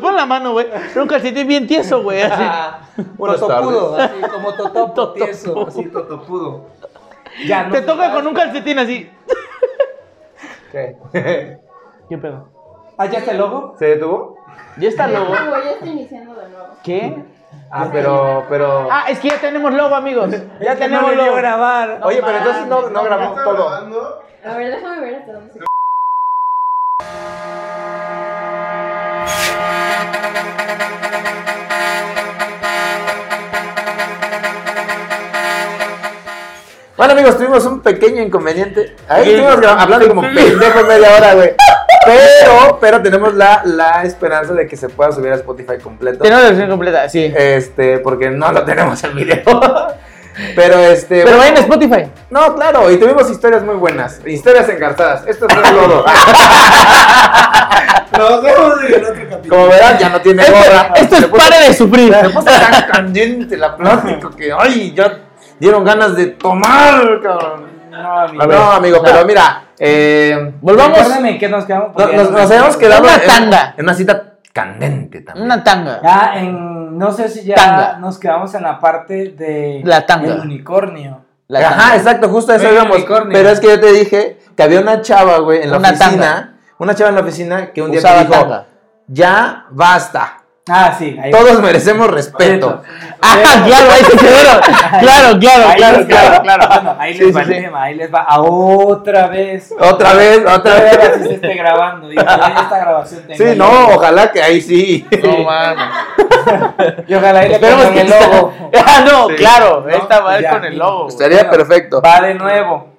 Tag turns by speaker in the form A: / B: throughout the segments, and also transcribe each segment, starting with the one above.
A: Pon la mano, güey. Era un calcetín bien tieso, güey. así.
B: Bueno,
C: Buenas
B: totopudo, así como totopo, tieso,
C: Totopo.
B: así totopudo. Ya, no
A: Te toca
B: jugarás.
A: con un calcetín así.
C: ¿Qué?
A: ¿Qué pedo?
B: ¿Ah, ya está el logo?
C: ¿Se detuvo?
A: Ya está logo.
D: No, güey, ya está iniciando de nuevo.
A: ¿Qué?
C: Ah, pero, pero.
A: Ah, es que ya tenemos logo, amigos. Ya
B: Es que
A: tenemos
B: no le dio
A: logo.
B: grabar.
C: Oye, pero entonces no,
A: mames,
C: no grabó
E: ¿Está
C: todo.
E: grabando?
D: A ver, déjame ver hasta dónde se.
C: Bueno, amigos, tuvimos un pequeño inconveniente. Ahí
A: Sí.
C: estuvimos gra- hablando como pendejo media hora, güey. Pero, pero tenemos la, la esperanza de que se pueda subir a Spotify completo.
A: Tenemos la versión completa, sí.
C: Este, porque no lo tenemos el video. Pero este.
A: Pero
C: bueno,
A: vayan a Spotify.
C: No, claro, y tuvimos historias muy buenas. Historias engarzadas. Esto fue el lodo.
B: Nos vemos en el otro capítulo.
C: Como verán, ya no tiene
A: Esto,
C: gorra.
A: esto
C: Se
A: es
C: puso-
A: pare de sufrir.
C: Se puso tan candente la plática que, ay, ya dieron ganas de tomar, cabrón.
B: No, amigo.
A: A ver.
C: No, amigo, pero mira, eh,
A: Volvamos.
B: Recuérdame en qué nos quedamos.
C: no-
B: porque ya
C: nos,
B: no
C: nos
B: me
C: habíamos
B: acuerdo.
C: quedado
A: Una
C: en-
A: tanda.
C: En, una cita candente también.
A: Una tanga.
B: Ya en. No sé si ya
A: Tanga.
B: nos quedamos en la parte de.
A: La tanga.
B: El unicornio.
A: La
C: Ajá,
A: tanga.
C: exacto, justo a eso
B: Oye,
C: íbamos.
B: unicornio.
C: Pero es que yo te dije que había una chava, güey, en la
A: Una
C: oficina.
A: tanga.
C: Una chava en la oficina que un día
A: Usaba
C: me dijo,
A: tanga.
C: ya basta.
B: Ah, sí. Ahí
C: Todos merecemos respeto.
A: Ah, claro, ahí sí, seguro. Claro, claro,
B: Ahí
A: claro,
B: les
A: claro,
B: va.
A: claro.
B: Bueno, ahí
A: Sí,
B: les va
A: sí,
B: el
A: sí.
B: tema, ahí les va. A otra vez.
C: Otra vez, otra
B: Otra
C: vez.
B: vez que se esté grabando. Digo, ya esta grabación tenga
C: Sí,
B: el
C: no,
B: logo.
C: ojalá que ahí sí.
A: No mames.
B: Y ojalá ahí le
A: Esperemos
B: pongan
A: que
B: el logo.
A: Ah, no,
C: Sí.
A: claro.
B: No,
A: esta va a ir
B: ya.
A: con el logo. güey.
C: Estaría perfecto.
B: Va de nuevo.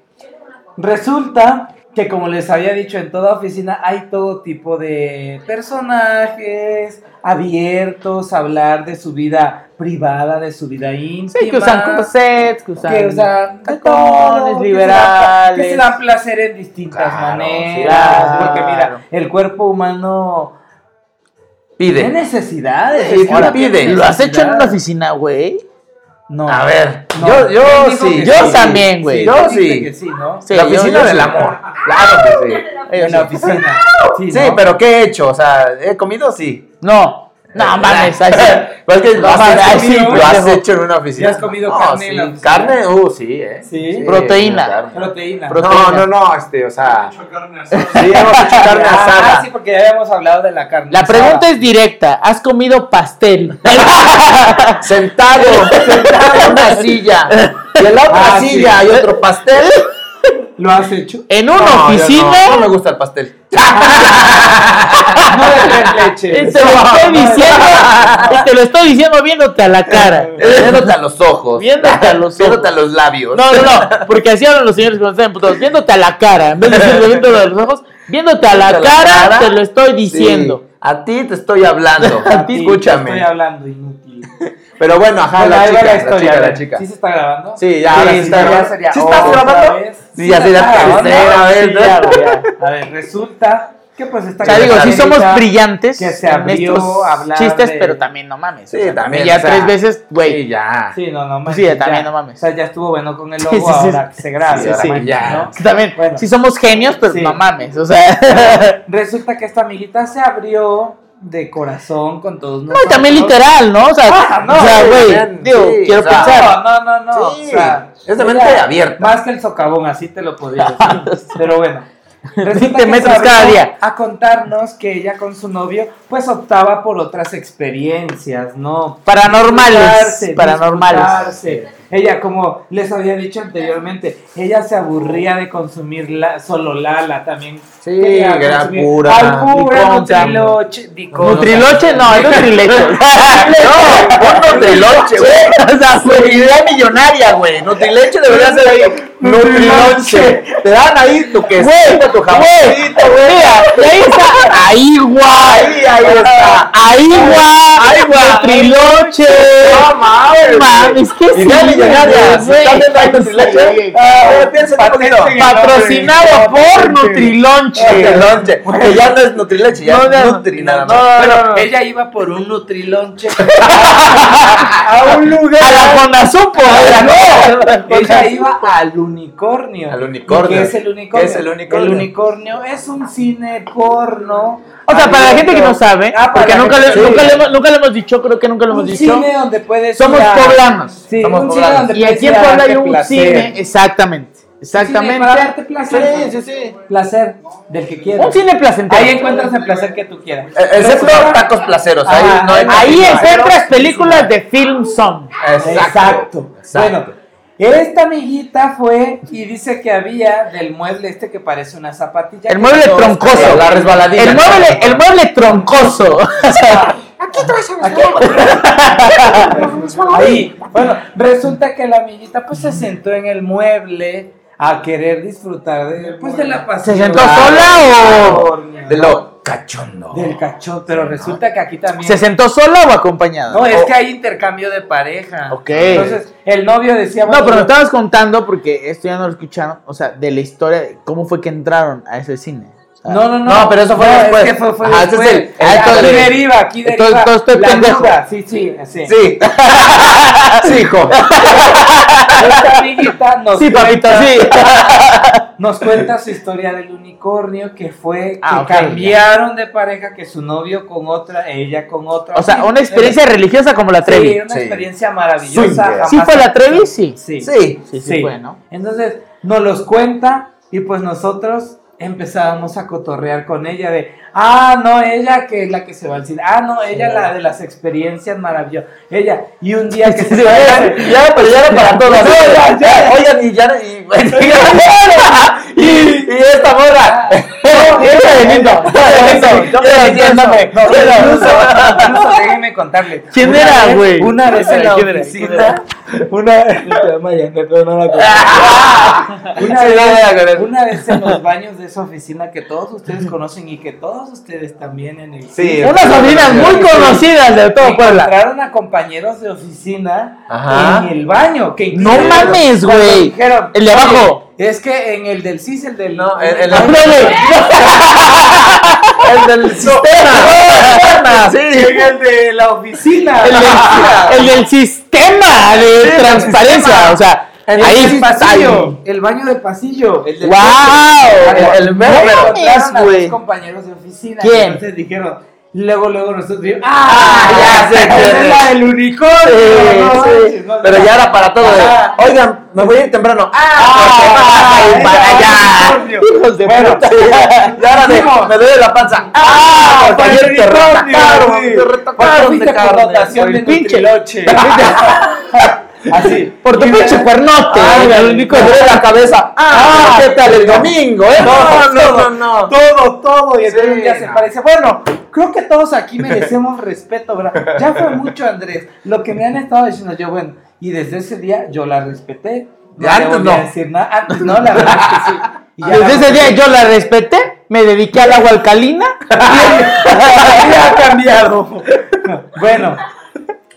B: Resulta que como les había dicho, en toda oficina hay todo tipo de personajes abiertos a hablar de su vida privada, de su vida íntima.
A: Sí, que usan corsets, que usan.
B: que usan de todo,
A: tacones,
B: que se dan-
A: liberales.
B: Que se dan placer en distintas
C: Claro,
B: maneras.
A: sí, claro.
B: Porque mira, el cuerpo humano tiene
C: Pide.
B: necesidades.
C: Sí,
B: Ahora
C: pide.
B: tiene
A: ¿Lo has hecho en una
B: necesidades.
A: oficina, güey?
B: No.
C: A ver,
B: No.
C: yo, yo
B: Él dijo
C: sí.
B: que
A: Yo
B: sí.
A: también, güey.
B: Sí,
C: Yo
B: dijiste
C: sí.
B: que sí, ¿no?
A: Sí,
C: la
A: yo-
C: oficina
A: yo
C: del
A: sí.
C: amor. Claro que sí.
A: Yo
B: En la
A: sí.
B: oficina. Sí,
C: Sí,
B: ¿no?
C: pero ¿qué he hecho? O sea, ¿he comido? Sí.
A: No. Eh, No, mames. ahí sí.
C: Pero es que
A: No
C: lo has,
A: mames,
C: hecho,
A: sí,
C: lo
A: pendejo.
C: has hecho en una oficina.
B: ¿Ya has comido
C: No,
B: carne en la
C: sí.
B: oficina?
C: Carne, uh, sí, ¿eh?
B: Sí.
A: Proteína.
C: carne.
B: Proteína.
C: No, no, no, este, o sea.
E: Mucho carne asada.
C: Sí, hemos hecho carne
B: Ah,
C: asada.
B: sí, porque ya habíamos hablado de la carne.
A: La
B: asada.
A: pregunta es directa. ¿Has comido pastel?
C: Sentado, sentado en una silla. Y en la otra
B: Ah, sí.
C: silla hay otro pastel.
B: ¿Lo has hecho?
A: En una
C: No, yo no,
A: oficina.
C: No, me gusta el pastel.
B: No de tres leches.
A: Te lo estoy diciendo. te lo estoy diciendo viéndote a la cara.
C: Viéndote a los ojos.
A: Viéndote a los ojos.
C: Viéndote a los labios.
A: No, no, no, porque así hablan los señores cuando están emputados, viéndote a la cara, en vez de decirle viéndolo a los ojos, viéndote a la
C: Viéndote a la
A: cara,
C: cara.
A: te lo estoy
C: Sí,
A: diciendo.
C: a ti te estoy hablando.
B: A ti te
C: Escúchame.
B: Estoy hablando inútil.
C: Pero bueno, ajá,
B: Bueno,
C: la,
B: ahí va
C: chica,
B: la
C: la
B: historia.
C: chica,
B: a
C: la
B: ver,
C: chica.
B: ¿Sí se está grabando?
C: Sí, ya, ahora sí está grabando.
B: sería
C: ¿Sí estás
B: otra
C: grabando?
B: vez.
C: Sí, ya sería
B: está grabando.
C: tercera vez,
A: Sí,
C: ¿no?
A: ya, ya.
B: A ver, resulta que pues está
A: O sea, digo, sí
B: grabando
A: somos
B: ahorita.
A: brillantes
B: que se
A: en
B: abrió
A: estos
B: a hablar
A: chistes,
B: de-
A: pero también no mames.
C: Sí,
A: o sea,
C: también,
A: Ya
C: o sea,
A: tres veces, güey.
C: Sí, ya.
B: Sí, no, no mames.
A: Sí, también, no mames.
B: O sea, ya estuvo bueno con el
A: Sí,
B: logo,
A: sí, sí.
B: ahora que se grabe.
C: Sí,
B: no
C: sí,
B: manches,
C: ya.
B: ¿no?
A: También,
B: Bueno.
A: sí somos genios, pero
B: Sí.
A: no mames, o sea.
B: Resulta que esta amiguita se abrió de corazón con
A: No,
B: todos
A: y
B: nosotros.
A: también literal, ¿no? O sea,
B: Ah, no,
A: o sea,
C: sí,
A: güey,
C: también,
A: digo,
C: sí,
A: quiero
C: o sea,
A: pensar.
B: No, no, no, no.
C: Sí,
B: o sea,
C: es de mente abierta.
B: Más que el socavón, así te lo podría decir. Pero bueno.
A: 20
B: que
A: metros
B: se abrió
A: cada día.
B: A contarnos que ella con su novio, pues optaba por otras experiencias, ¿no?
A: Paranormales,
B: Disfrutarse,
A: paranormales.
B: disfrutarse. Ella, como les había dicho anteriormente, ella se aburría de consumir la- solo Lala también.
C: Sí,
B: Quería
C: que era
B: consumir
C: pura.
B: Albura,
A: Diconcha.
B: Nutriloche, Diconcha.
A: Nutriloche, no, es Nutrileche.
C: No, pon Nutriloche, güey.
A: O sea, fue idea millonaria, güey.
C: Nutrileche debería ser ahí. Nutriloche. Te dan ahí tu quesito,
A: Güey,
C: tu
A: güey,
C: jamoncito, güey.
A: mira, y ahí está, ahí
C: Ahí,
A: guay,
C: ahí está.
A: ahí guay,
C: Ahí, guay.
A: Nutriloche.
C: No mames,
A: mames, ¿qué
C: güey. Idea
A: sí,
C: millonaria. Si
A: güey?
C: estás viendo ahí Nutrileche, ahora piensa en Ah, un poquito.
A: Patrocinado por Nutrilonche.
C: Nutrileche. Que ya no es Nutrileche, ya
A: No,
C: es
A: no,
C: Nutri nada
A: no,
C: más.
A: no, no.
B: Ella iba por un Nutrilonche.
C: A un lugar.
A: A la Conasupo, oiga, no.
B: Ella iba al unicornio.
C: Al
B: ¿Y
C: unicornio.
B: ¿Qué es el unicornio?
C: ¿Qué es el unicornio?
B: El unicornio es un cine porno.
A: O sea, para la gente que no
B: abierto.
A: sabe,
B: Ah, para
A: porque
F: Porque nunca le,
C: Sí.
F: nunca, le, hemos- nunca le hemos dicho, creo que nunca lo hemos
B: un
F: dicho.
B: cine donde puedes
F: Somos
B: ir a-
F: poblanos.
B: Sí,
C: Somos
B: un
C: poblanos.
B: cine donde
F: Y
B: puedes
F: aquí
B: ir
F: en
B: a
F: Puebla hay
B: darte
F: un
B: placer.
F: cine, exactamente. Exactamente.
B: Cine para darte placer.
F: Sí, sí, sí.
B: Placer del que quieras.
F: Un cine placentero.
B: Ahí encuentras el placer que tú quieras.
C: Eh, Excepto
B: Resulta-
C: tacos placeros. Ahí
B: Ajá,
C: no hay
F: Ahí
C: tacos
F: encuentras películas de film song.
C: placeros. Exacto. pues,
B: Exacto. Bueno, esta amiguita fue y dice que había del mueble este que parece una zapatilla.
F: El
B: que
F: mueble
B: todos-
F: troncoso.
C: eh, La resbaladilla.
F: El mueble, el mueble troncoso.
B: Ahí. Bueno, resulta que la amiguita pues se sentó en el mueble a querer disfrutar de, pues, de la pasión.
F: ¿Se sentó sola o
C: De lo cachondo.
B: Del cachondo. Pero resulta que aquí también.
F: se sentó sola o acompañada?
B: No, es
C: O-
B: que hay intercambio de pareja.
F: Ok.
B: Entonces, el novio decía.
F: No,
B: bueno,
F: pero me
B: yo-
F: estabas contando porque esto ya no lo escucharon, o sea, de la historia de cómo fue que entraron a ese cine. O sea,
B: No, no, no.
C: No, pero eso fue después.
B: Es que fue, fue
C: Ajá, ese
B: después.
C: es el- el
B: aquí
C: acto de-
B: deriva, aquí deriva.
F: Entonces- entonces estoy
B: la
F: pendejo.
B: duda. Sí, sí, sí.
C: Sí. sí, hijo.
B: Esta amiguita nos,
F: Sí, papito,
B: cuenta,
F: sí.
B: nos cuenta su historia del unicornio que fue que
F: Ah, ok,
B: cambiaron de pareja, que su novio con otra, ella con otra.
F: O sea, una experiencia religiosa como la
B: Sí,
F: Trevi.
B: una
C: Sí.
B: experiencia maravillosa.
C: Swinger.
B: jamás
F: ¿Sí fue la Trevi? Sí.
B: Sí.
C: Sí.
F: Sí, sí fue, ¿no?
B: Entonces, nos los cuenta y pues nosotros empezábamos a cotorrear con ella de, ah, no, ella que es la que se va al cine, ah, no, ella la de las experiencias maravillosas, ella, y un día que se va al cine,
C: Ya, pero ya era para todos.
F: No, ya, ya.
C: Oigan, y ya. Y, y, y esta morra.
F: Era de lindo.
C: Ya, entiéndame.
B: No, incluso, incluso déjenme contarle.
F: ¿Quién
B: Una
F: era,
B: vez-
F: güey?
B: Una vez en la
F: ¿Quién era? ¿Quién era?
B: oficina, una pero no la conozco. Una
C: Sí, no, no, no,
B: vez,
C: no.
B: una vez en los baños de esa oficina que todos ustedes conocen y que todos ustedes también en el
C: Sí.
F: Unas sobrinas muy conocidas de todo Puebla.
B: encontraron a compañeros de oficina
C: Ajá.
B: en el baño. Que
F: No
B: incluso
F: mames,
B: cuando
F: güey.
B: dijeron,
F: El de abajo.
B: "Oye, Es que en el del CIS, el del.
C: No, el- el-
F: Aplaude.
C: El del sistema.
B: En el de la oficina.
F: El del, el del sistema de
C: el
F: transparencia.
C: sistema.
F: O sea,
B: El
F: ahí
B: del
F: está.
B: pasillo. El baño del pasillo. El del
F: ¡Wow!
C: El- el verde.
B: Encontraron a
F: güey.
B: dos compañeros de oficina.
F: ¿Quién?
B: y Entonces dijeron. Luego, luego nosotros dijimos, ¡ah!
C: Ah, ya sé quién
B: ¡Es
C: es.
B: la del unicornio!
C: Sí,
B: no
C: sí.
B: manches, no,
C: Pero
B: no.
C: ya era para todo. de,
B: Ajá.
C: Oigan, me voy a ir temprano.
F: Ah,
C: ¡Ah!
F: ah,
C: porque
F: ah,
C: para allá!
F: Hijos de
B: Bueno,
F: puta.
C: Y ahora de,
B: Dijimos.
C: me duele la panza. ¡Ah! porque
B: para el
C: ayer
B: unicornio,
C: te retacaron,
B: sí.
C: te
B: Porque
C: retacaron de
B: fuiste por
C: carne,
B: dotación
C: por
B: de
C: el pinche.
B: Nutriloche. Así.
F: Por tu
B: Y
F: pinche
B: una-
F: cuernote.
C: Ay,
F: Ah, el
C: me
F: único-
C: duele la cabeza. ¡Ah! ¿Qué tal el domingo, eh?
B: Todo, todo,
C: no.
B: Todo, todo. Y entonces
C: Sí,
B: ya se
C: no.
B: parece. Bueno, creo que todos aquí merecemos respeto, ¿verdad? Ya fue mucho, Andrés. Lo que me han estado diciendo yo, bueno, y desde ese día yo la respeté. No
C: Antes
B: le volví
C: no.
B: a decir nada. Antes no, la verdad es que sí. Y ya la
F: Desde ese día
B: respeté.
F: yo la respeté, me dediqué al agua alcalina.
B: Ya ha cambiado. Bueno,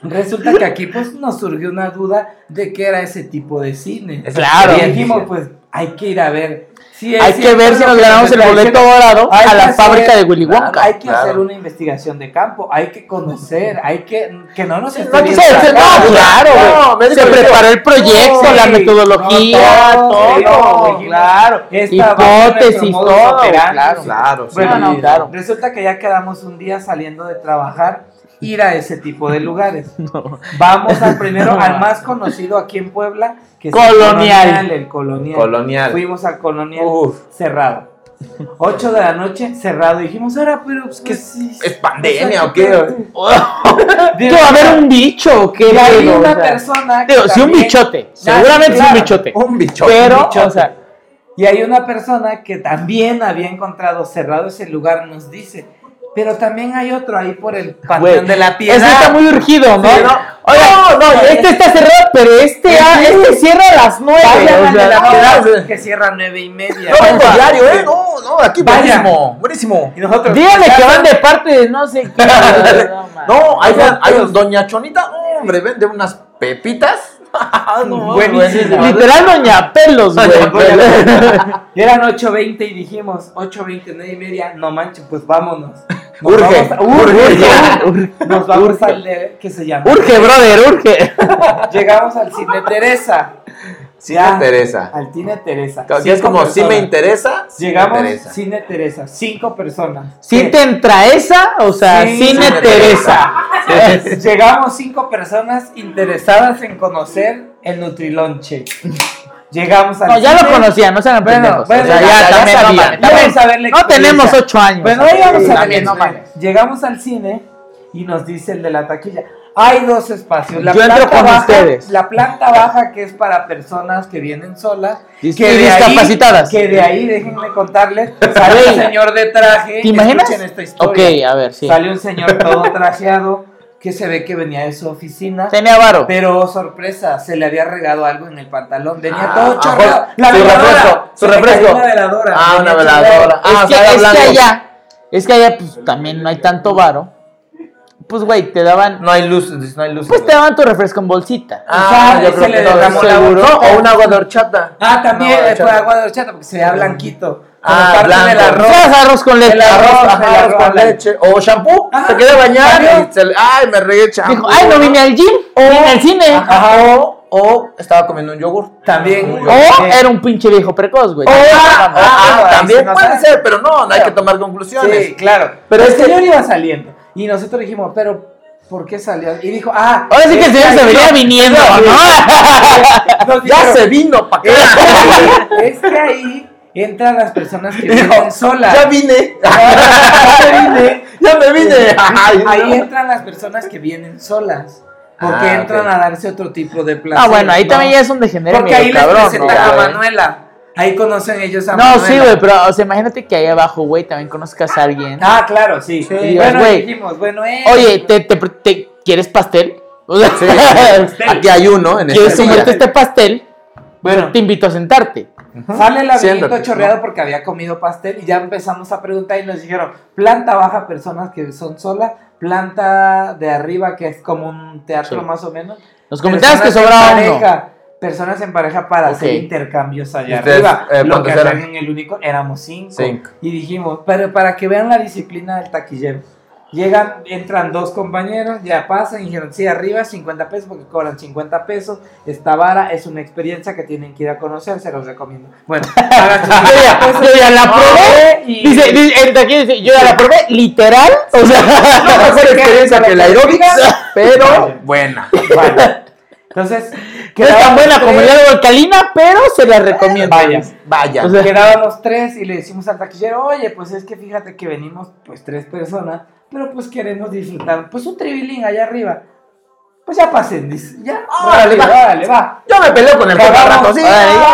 B: resulta que aquí pues nos surgió una duda de qué era ese tipo de cine.
F: Claro.
B: Y dijimos, pues hay que ir a ver. Sí, es
F: Hay que
B: cierto
F: ver si
B: lo
F: nos
B: que
F: ganamos el
B: está
F: boleto
B: diciendo.
F: dorado
B: Hay
F: Ah, a
B: que
F: la
B: hacer-
F: fábrica de Willy
B: Claro,
F: Wonka.
B: Hay que
C: Claro.
B: hacer una investigación de campo, hay que conocer, hay que que no nos
F: No,
B: esté
F: que
B: bien
F: se- se- no,
B: sacado.
F: claro,
C: No,
F: güey.
C: me
F: se
C: dijo,
F: preparó el proyecto,
B: Sí,
F: la metodología,
B: no,
F: todo,
B: sí, no,
F: güey,
B: güey,
F: claro,
B: esta va a ser nuestro
F: hipótesis,
B: modus
F: todo,
B: operandi.
F: claro.
C: Claro, sí.
B: Bueno,
F: no,
B: y
F: claro.
B: Resulta que ya quedamos un día saliendo de trabajar, ir a ese tipo de lugares. Vamos al primero,
F: No.
B: al más conocido aquí en Puebla, que es
F: Colonial.
B: el colonial. El colonial.
C: Colonial.
B: Fuimos al colonial
C: Uf.
B: cerrado. 8 de la noche, cerrado. Dijimos, ahora, pero pues, que sí.
C: ¿Es pandemia
B: sea,
C: o qué?
F: ¿Qué va a haber un bicho o qué?
B: Y hay
F: pedo? O
B: una
F: sea,
B: persona. que
F: digo, sí, un
B: también-
F: bichote,
B: Ah,
F: seguramente sí,
B: claro.
F: un bichote.
C: Un bicho.
F: Pero,
B: bichote.
F: o sea,
B: Y hay una persona que también había encontrado cerrado ese lugar, nos dice. Pero también hay otro ahí por el
F: güey,
B: Panteón de la Piedad.
F: este está muy urgido, ¿no?
B: Sí, ¿no?
F: Oiga, no,
B: no,
F: este
B: es-
F: está cerrado, pero este, ah,
B: Sí.
F: este cierra a las nueve.
B: Vayan
F: o
B: al de
F: sea,
B: la
C: no,
B: Piedad,
C: no,
B: que cierra nueve y media.
C: No vengo
F: Opa.
C: diario, ¿eh? No, no, aquí
B: Vaya.
C: buenísimo. Buenísimo.
B: Y nosotros.
F: díganle
B: ya
F: que van
B: saben,
F: de parte de no sé qué.
C: No, hay,
B: Oigan,
C: hay
B: pero-
C: doña Chonita, hombre, vende unas pepitas. No,
B: "Mm, Buenísimo.
F: Literal, doña pelos, güey.
C: Doña Pelos.
B: Y eran 8.20 y dijimos, 8.20, 9 y media, no manches, pues vámonos. Nos
C: Urge.
B: vamos a- urge,
F: Urge.
B: urge. Nos vamos al de, ¿qué se llama?
F: Urge, brother, urge.
B: Llegamos al cine Teresa.
C: Sí me interesa.
B: Al Cine Teresa.
C: Que es
B: Cinco
C: como, si me
B: personas.
C: interesa, sí me
B: Llegamos
C: interesa.
B: Cine Teresa, cinco personas.
F: ¿Sí
B: Eh,
F: te entra esa? O sea,
B: Sí,
F: cine
C: sí me
F: Teresa.
B: eh, Llegamos cinco personas interesadas en conocer el Nutrilonche. Llegamos al
F: No, ya lo
B: cine.
F: conocía, no sean
B: Bueno,
F: pendejos.
B: bueno,
F: o sea,
B: ya,
F: ya,
C: ya
F: también
C: sabía,
F: no
C: ya
B: vamos
F: mames. También
B: a ver la
F: No tenemos
B: experiencia.
F: ocho años.
B: Bueno,
F: o sea,
B: ahí vamos
F: sí,
B: a ver
F: también,
B: el
F: no
B: cine.
F: mames.
B: Llegamos al cine y nos dice el de la taquilla. Hay dos espacios. La
F: Yo entro
B: planta
F: con
B: baja-
F: ustedes.
B: La planta baja que es para personas que vienen solas.
F: Y
B: que de ahí-
F: discapacitadas.
B: que de ahí, déjenme contarles, sale un
F: Güey,
B: señor de traje.
F: ¿Te imaginas?
B: Escuchen esta
F: Ok,
B: historia.
F: a ver, sí.
B: Sale un señor todo trajeado que se ve que venía de su oficina.
F: Tenía varo.
B: Pero oh, sorpresa, se le había regado algo en el pantalón. Venía
C: Ah,
B: todo
C: ah,
B: chorreado.
C: bueno, su
B: veladora,
C: refresco, su
B: se le cayó
C: refresco.
B: Una veladora.
C: Ah, una
B: venía chorreado.
C: veladora. Ah,
F: es, que,
C: estaba
F: es que
C: hablando.
F: allá, es que allá, pues también no hay tanto varo. Pues, güey, te daban,
C: No hay luz, no hay luz.
F: pues te daban tu refresco en bolsita.
C: Ah,
B: Ajá,
C: yo
B: se
C: creo
B: le
C: que no,
B: derramó la
C: seguro.
B: botella.
C: O una agua de horchata.
B: Ah, también
C: Una
B: eh,
C: horchata.
B: fue agua de horchata porque se vea blanquito. Como
C: Ah,
B: parte
C: blanco.
B: del
F: O sea,
B: arroz.
F: es arroz con leche.
B: El arroz,
C: Arroz,
B: el
C: ajá, arroz
B: arroz.
C: con leche. O shampoo.
B: Ajá,
C: se queda bañar.
B: también.
C: y se le- Ay, me regué champú.
F: Dijo, ay, no vine al gym, vine al cine.
C: Ajá, o, o estaba comiendo un yogur.
B: También. eh,
C: Un
F: O
C: yogur.
F: era un pinche viejo precoz, güey.
C: O- ah, ah,
B: ah,
C: también
B: ahí sí no
C: puede
B: sabe.
C: ser, pero no, no hay que tomar conclusiones.
B: Sí, claro.
C: eh, Pero
B: Pero el
C: es que-
B: señor iba saliendo. Y nosotros dijimos, pero ¿por qué salió? Y dijo, ah.
F: Ahora sí que el
B: es
F: señor se
B: aquí-
F: venía viniendo, ¿no?
B: nos
C: Ya
B: dijeron,
C: se vino pa' acá.
B: Es que ahí entran las personas que
C: Dijo,
B: vienen solas.
C: Ya vine.
B: Ya vine.
C: Ya me vine. Ay,
B: Ahí
C: no.
B: entran las personas que vienen solas. Porque
C: Ah, ok.
B: entran a darse otro tipo de placer.
F: Ah, bueno, ahí
B: ¿no?
F: también ya es un degenerado.
B: Porque ahí les
F: cabrón,
B: presentan
F: ¿no,
B: a
F: güey?
B: Manuela. Ahí conocen ellos a
F: No,
B: Manuela.
F: sí, güey, pero o sea, imagínate que ahí abajo, güey, también conozcas a alguien.
B: Ah, claro, sí.
C: Sí.
B: Y
F: Dios,
B: bueno,
F: güey.
B: dijimos, bueno, eh.
F: Oye, ¿te, te, te- quieres pastel? O sea,
C: Aquí hay uno en
F: ¿Quieres
C: esta silla.
F: sumarte este pastel?
B: Bueno.
F: Te invito a sentarte.
B: Sale el amiguito
C: Siéntate,
B: chorreado porque había comido pastel y ya empezamos a preguntar y nos dijeron, planta baja personas que son solas, planta de arriba que es como un teatro
F: Sí.
B: más o menos.
F: Nos comentabas que
B: Personas en
F: sobraba uno.
B: pareja, Personas en pareja para hacer
F: Ok.
B: intercambios allá
C: Ustedes,
B: arriba.
C: eh,
B: Lo que
C: ¿cuántos
B: hacían
C: eran?
B: en el único éramos cinco.
C: Cinco.
B: Y dijimos, pero para que vean la disciplina del taquillero. Llegan, entran dos compañeros, ya pasan y dijeron, sí, arriba 50 pesos porque cobran 50 pesos. Esta vara es una experiencia que tienen que ir a conocer, se los recomiendo. Bueno, hagan sus
F: Yo ya,
B: 50 pesos.
F: yo ya la probé.
B: Pues, y-
F: Dice, dice, el de aquí dice, yo ya la probé, literal. O sea,
B: pues,
C: No, mejor experiencia que el aeróbics, pero buena.
B: Vaya. Entonces,
F: que no es tan buena como el
B: tres-
F: de alcalina, pero se la recomiendo.
B: Vaya.
C: Vaya.
F: O sea,
B: Quedábamos tres y le decimos al taquillero, oye, pues es que fíjate que venimos pues tres personas, pero pues queremos disfrutar, pues un tribilín allá arriba. Pues ya pasen, dice, ya,
F: Ah,
C: Órale,
B: órale,
C: va.
B: órale, va.
C: yo me peleo con el
B: Pagamos,
C: paparraco, sí.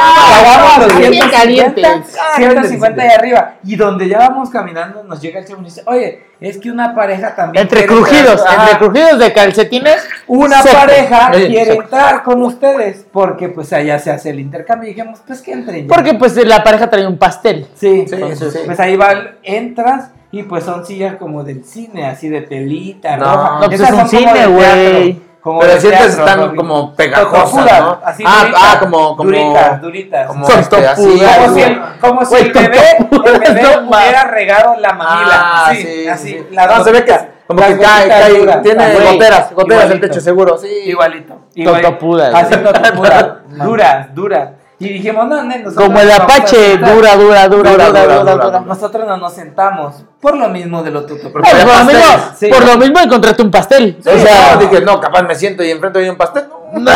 B: pagamos los
F: bien
B: 150,
F: calientes.
B: 150 allá arriba. Y donde ya vamos caminando, nos llega el chavo y nos dice, oye, es que una pareja también.
F: Entre
B: quiere
F: crujidos,
B: entrar". Ajá.
F: entre crujidos de calcetines.
B: Una
F: seco.
B: pareja
C: Oye,
B: quiere
C: seco.
B: entrar con ustedes, porque pues allá se hace el intercambio. Y dijimos, pues que entren. ya".
F: Porque pues la pareja trae un pastel.
B: Sí,
C: Sí,
B: entonces,
C: sí, sí.
B: pues ahí va, entras y pues son sillas como del cine, así de telita,
C: No,
B: roja.
F: no, pues
B: Esas
F: es un
B: son como
F: cine,
B: de teatro,
F: güey.
B: como
C: Pero
B: de
C: sientes
B: teatro,
C: están
B: ¿no?
C: como pegajosas,
B: Totopudas,
C: ¿no?
B: Así
C: Ah,
B: duritas,
C: ah, como- como-
B: duritas, duritas.
C: Como
F: Son
C: este, así.
F: topudas,
B: como
F: güey.
B: si el, como si
F: Güey,
B: el bebé, el bebé
F: totopudas, no más.
B: hubiera regado la mamila.
C: Ah,
B: así,
C: sí,
B: así.
C: sí.
B: las
C: No, se ve que
B: gotitas,
C: como
B: las
C: que cae,
B: gotitas
C: cae,
B: duras.
C: tiene
B: Güey,
C: goteras, goteras del
B: igualito.
C: techo seguro, sí.
B: Igualito.
F: Totopudas.
B: Así totopudas, duras, duras. Y dijimos, no, nene, nosotros
F: Como el
B: vamos a
F: apache,
B: sentar.
F: dura, dura, dura, dura, dura, dura.
C: dura.
B: Nosotros no nos sentamos por lo mismo de lo tuto.
F: Pues,
C: Porque
F: por, lo
C: pasteles,
F: mismo,
B: sí.
F: por lo mismo encontraste un pastel.
C: Sí,
F: o sea,
C: no, dije, no, capaz me siento y enfrente hay un pastel. No, no,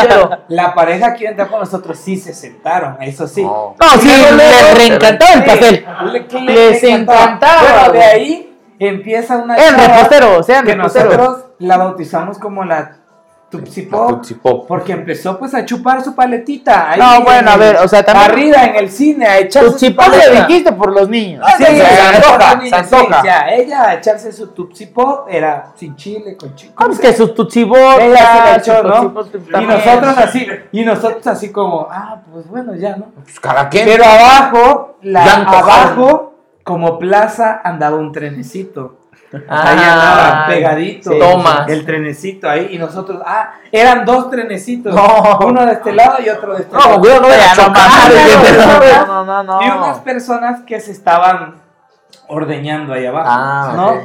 C: quiero.
B: La pareja que iba a entrar con nosotros sí se sentaron, eso sí.
C: No. pues,
F: no, sí,
B: Luego,
F: les
B: luego,
F: reencantaba el
B: Sí,
F: pastel.
B: le- que
F: Les encantaba,
B: Bueno, de
F: güey.
B: ahí empieza una
F: Eran
B: chava
F: reposteros, eran
B: que
F: reposteros.
B: nosotros la bautizamos como la Tupsi Pop,
C: La Tupsi Pop.
B: Porque empezó pues a chupar su paletita. ahí
F: No,
B: en
F: bueno, a
B: el-
F: ver, o sea, también-
B: Arriba en el cine, a echarse
F: Tu
B: su
F: chipón le
B: paleta.
F: dijiste por los niños.
C: Ah,
B: Sí,
C: se antoja,
B: sí,
C: se antoja.
B: sí, ya, ella a echarse su Tupsi Pop era sin chile, con chico.
F: Ah, pues que sus
B: Ella
F: tuchibotas,
B: se la echó, ¿no?
F: sus tuchibotas
B: Y
F: también.
B: nosotros así, y nosotros así como, ah, pues bueno, ya, ¿no?
C: Pues cada quien.
B: Pero abajo, la,
C: Ya antojaron.
B: abajo, como plaza, andaba un trenecito.
C: Ah,
B: ahí andaban pegadito.
C: sí. Toma.
B: El trenecito ahí, y nosotros, ah, eran dos trenecitos.
C: No.
B: Uno de este lado y otro de este
C: No,
B: lado.
C: güey, no
F: Ya,
C: vea,
F: no
B: no,
F: mames.
B: no,
F: No, no,
B: Y unas personas que se estaban ordeñando ahí abajo,
C: Ah,
B: ¿no?
C: ok.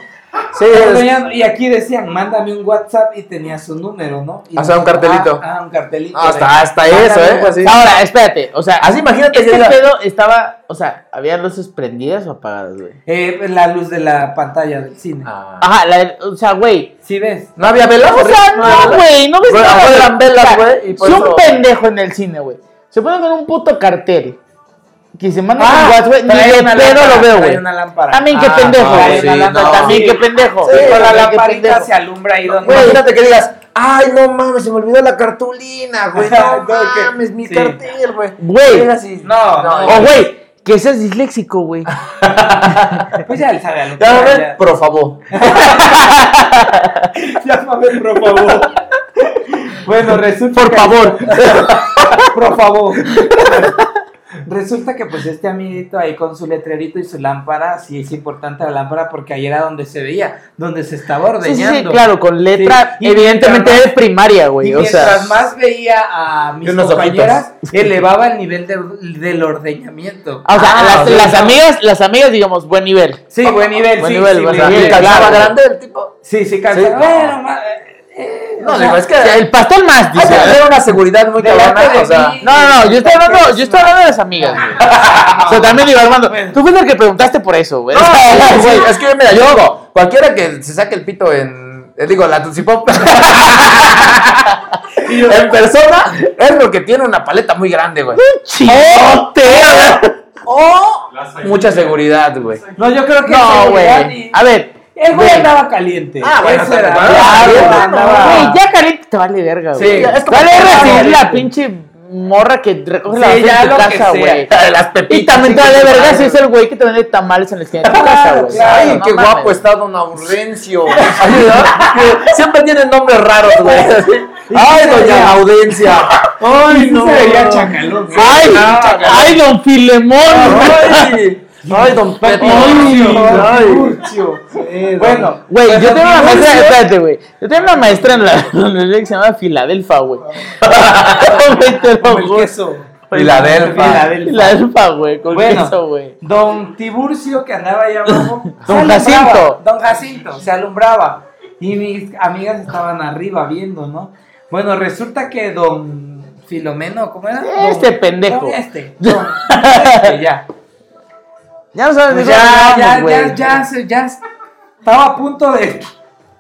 C: Sí,
B: Pero
C: es-
B: tenían- y aquí decían, mándame un WhatsApp y tenía su número, ¿no? Y
C: O sea, un cartelito.
B: Ah, ah, un cartelito.
C: no, hasta, hasta eso,
B: Mándame
C: ¿eh?
B: un
F: pues,
B: WhatsApp.
C: Así.
F: Ahora, espérate, o sea,
C: Así imagínate
F: este
C: que la-
F: pedo estaba, o sea, ¿había luces prendidas o apagadas, güey?
B: Eh, la luz de la pantalla del cine.
C: Ah.
F: Ajá, la- o sea, güey.
B: ¿Sí ves?
C: No había velas.
F: O sea, no, güey, no ves
C: Bueno,
F: nada.
C: no eran velas,
F: O sea,
C: güey, y por
F: Si un
C: eso-
F: pendejo en el cine, güey, se pone con un puto cartel que se manda
C: Ah,
F: un WhatsApp, güey, ni
B: Trae
F: de
B: una
F: pedo
B: lámpara,
F: lo veo,
B: trae
F: güey.
B: una lámpara.
F: También qué
C: Ah,
F: pendejo,
C: no,
F: güey.
C: sí, no.
F: También qué pendejo.
B: Sí, con la
F: También qué
B: lamparita
F: pendejo.
B: se alumbra ahí donde...
C: Güey, imagínate que digas, ay, no mames, se me olvidó la cartulina, güey. No
B: No, que-
C: mames, mi
B: sí.
C: cartel, güey.
F: Güey.
C: Llegas y-
B: No,
C: No,
B: no.
F: O, güey, que seas disléxico, güey.
B: Pues ya él sabe a lo que
C: Ya,
B: va,
C: güey,
B: ya.
C: por favor.
B: Llámame, por favor. bueno, resulta
C: Por
B: que-
C: favor.
B: por favor. Resulta que pues este amiguito ahí con su letrerito y su lámpara, sí es importante la lámpara porque ahí era donde se veía, donde se estaba
F: Sí, sí,
B: ordeñando.
F: sí, claro, con letra,
B: Sí. Y
F: evidentemente
B: mientras
F: de primaria, güey.
B: Y
F: O sea,
B: mientras más veía a mis
C: Y unos
B: compañeras, elevaba el nivel de- del ordeñamiento.
F: ah, o sea,
C: Ah,
F: las,
C: o sea,
F: las
B: no.
F: amigas, las amigas, digamos, buen nivel.
B: Sí, buen nivel,
F: Buen
B: sí,
F: nivel,
B: sí,
F: buen
B: buen
F: nivel.
B: nivel.
C: ¿Calzaba
F: Claro.
C: grande el tipo?
B: Sí, sí, calzaba.
C: Sí.
B: Bueno, ma- eh,
C: No,
B: o
C: digo,
B: sea,
C: es que
F: O sea, el pastel más,
C: hay que
F: dice.
C: tener una seguridad muy
B: Delante
C: cabrona,
B: de
C: o sea.
B: mí.
F: No, no, no, yo estoy hablando, yo estoy hablando de las amigas, güey. O sea, también digo, Armando, tú fuiste el que preguntaste por eso, güey.
C: No,
F: O sea,
C: sí,
F: güey,
C: sí, es que mira, yo digo, cualquiera que se saque el pito en, eh, digo, la tutsipop en persona, es porque tiene una paleta muy grande, güey. ¡Oh,
F: chidote.
C: O mucha seguridad, güey.
B: No, yo creo que
F: No,
B: seguridad
F: güey.
B: y-
F: A ver,
B: El güey
F: Güey.
B: andaba caliente.
C: Ah, bueno,
B: Eso era.
C: claro,
B: Claro,
C: claro.
B: andaba-
F: Güey, ya caliente te vale verga,
C: Sí,
F: güey.
C: es como-
F: vale verga si es la
B: Vale.
F: pinche morra que recoge la
B: Sí,
F: basura
B: ya
F: en tu
B: lo que
F: casa,
B: sea.
F: güey.
C: Las
F: Y
C: pepitas.
F: también te vale
C: sí,
F: verga
C: madre.
F: si es el güey que te vende tamales en la esquina de tu
B: Claro,
F: casa, güey.
B: claro.
C: Ay,
F: No
C: qué
F: mames.
C: guapo está Don Aurencio. Ay, ¿no? Que Siempre tienen nombres raros, güey. Ay, Doña Gaudencia. Ay, no.
B: Se veía chacalón. güey.
F: Ay, ay, don Filemón.
C: Ay, ay, Don Pepe.
F: Ay,
C: Ay.
B: Bueno,
F: Güey, yo
B: Pero
F: tengo una
B: mi
F: maestra,
B: dulce-
F: espérate, güey. Yo tengo una maestra en la universidad que se llama Filadelfa, güey. Güey, te lo
B: como el
F: juro.
B: queso.
C: Filadelfa.
B: Filadelfa.
F: Filadelfa, güey, con
B: Bueno.
F: queso, güey.
B: Don Tiburcio que andaba allá abajo. se
F: Don
B: alumbraba.
F: Jacinto.
B: Don Jacinto, se alumbraba. Y mis amigas estaban arriba viendo, ¿no? Bueno, resulta que don Filomeno, ¿cómo era? Don-
F: Este pendejo. Pues
B: Don este. Don este, ya.
F: Ya no sabes de
B: Pues
F: qué
B: ya, ya,
F: hablamos, güey.
B: ya, ya, se- ya estaba a punto de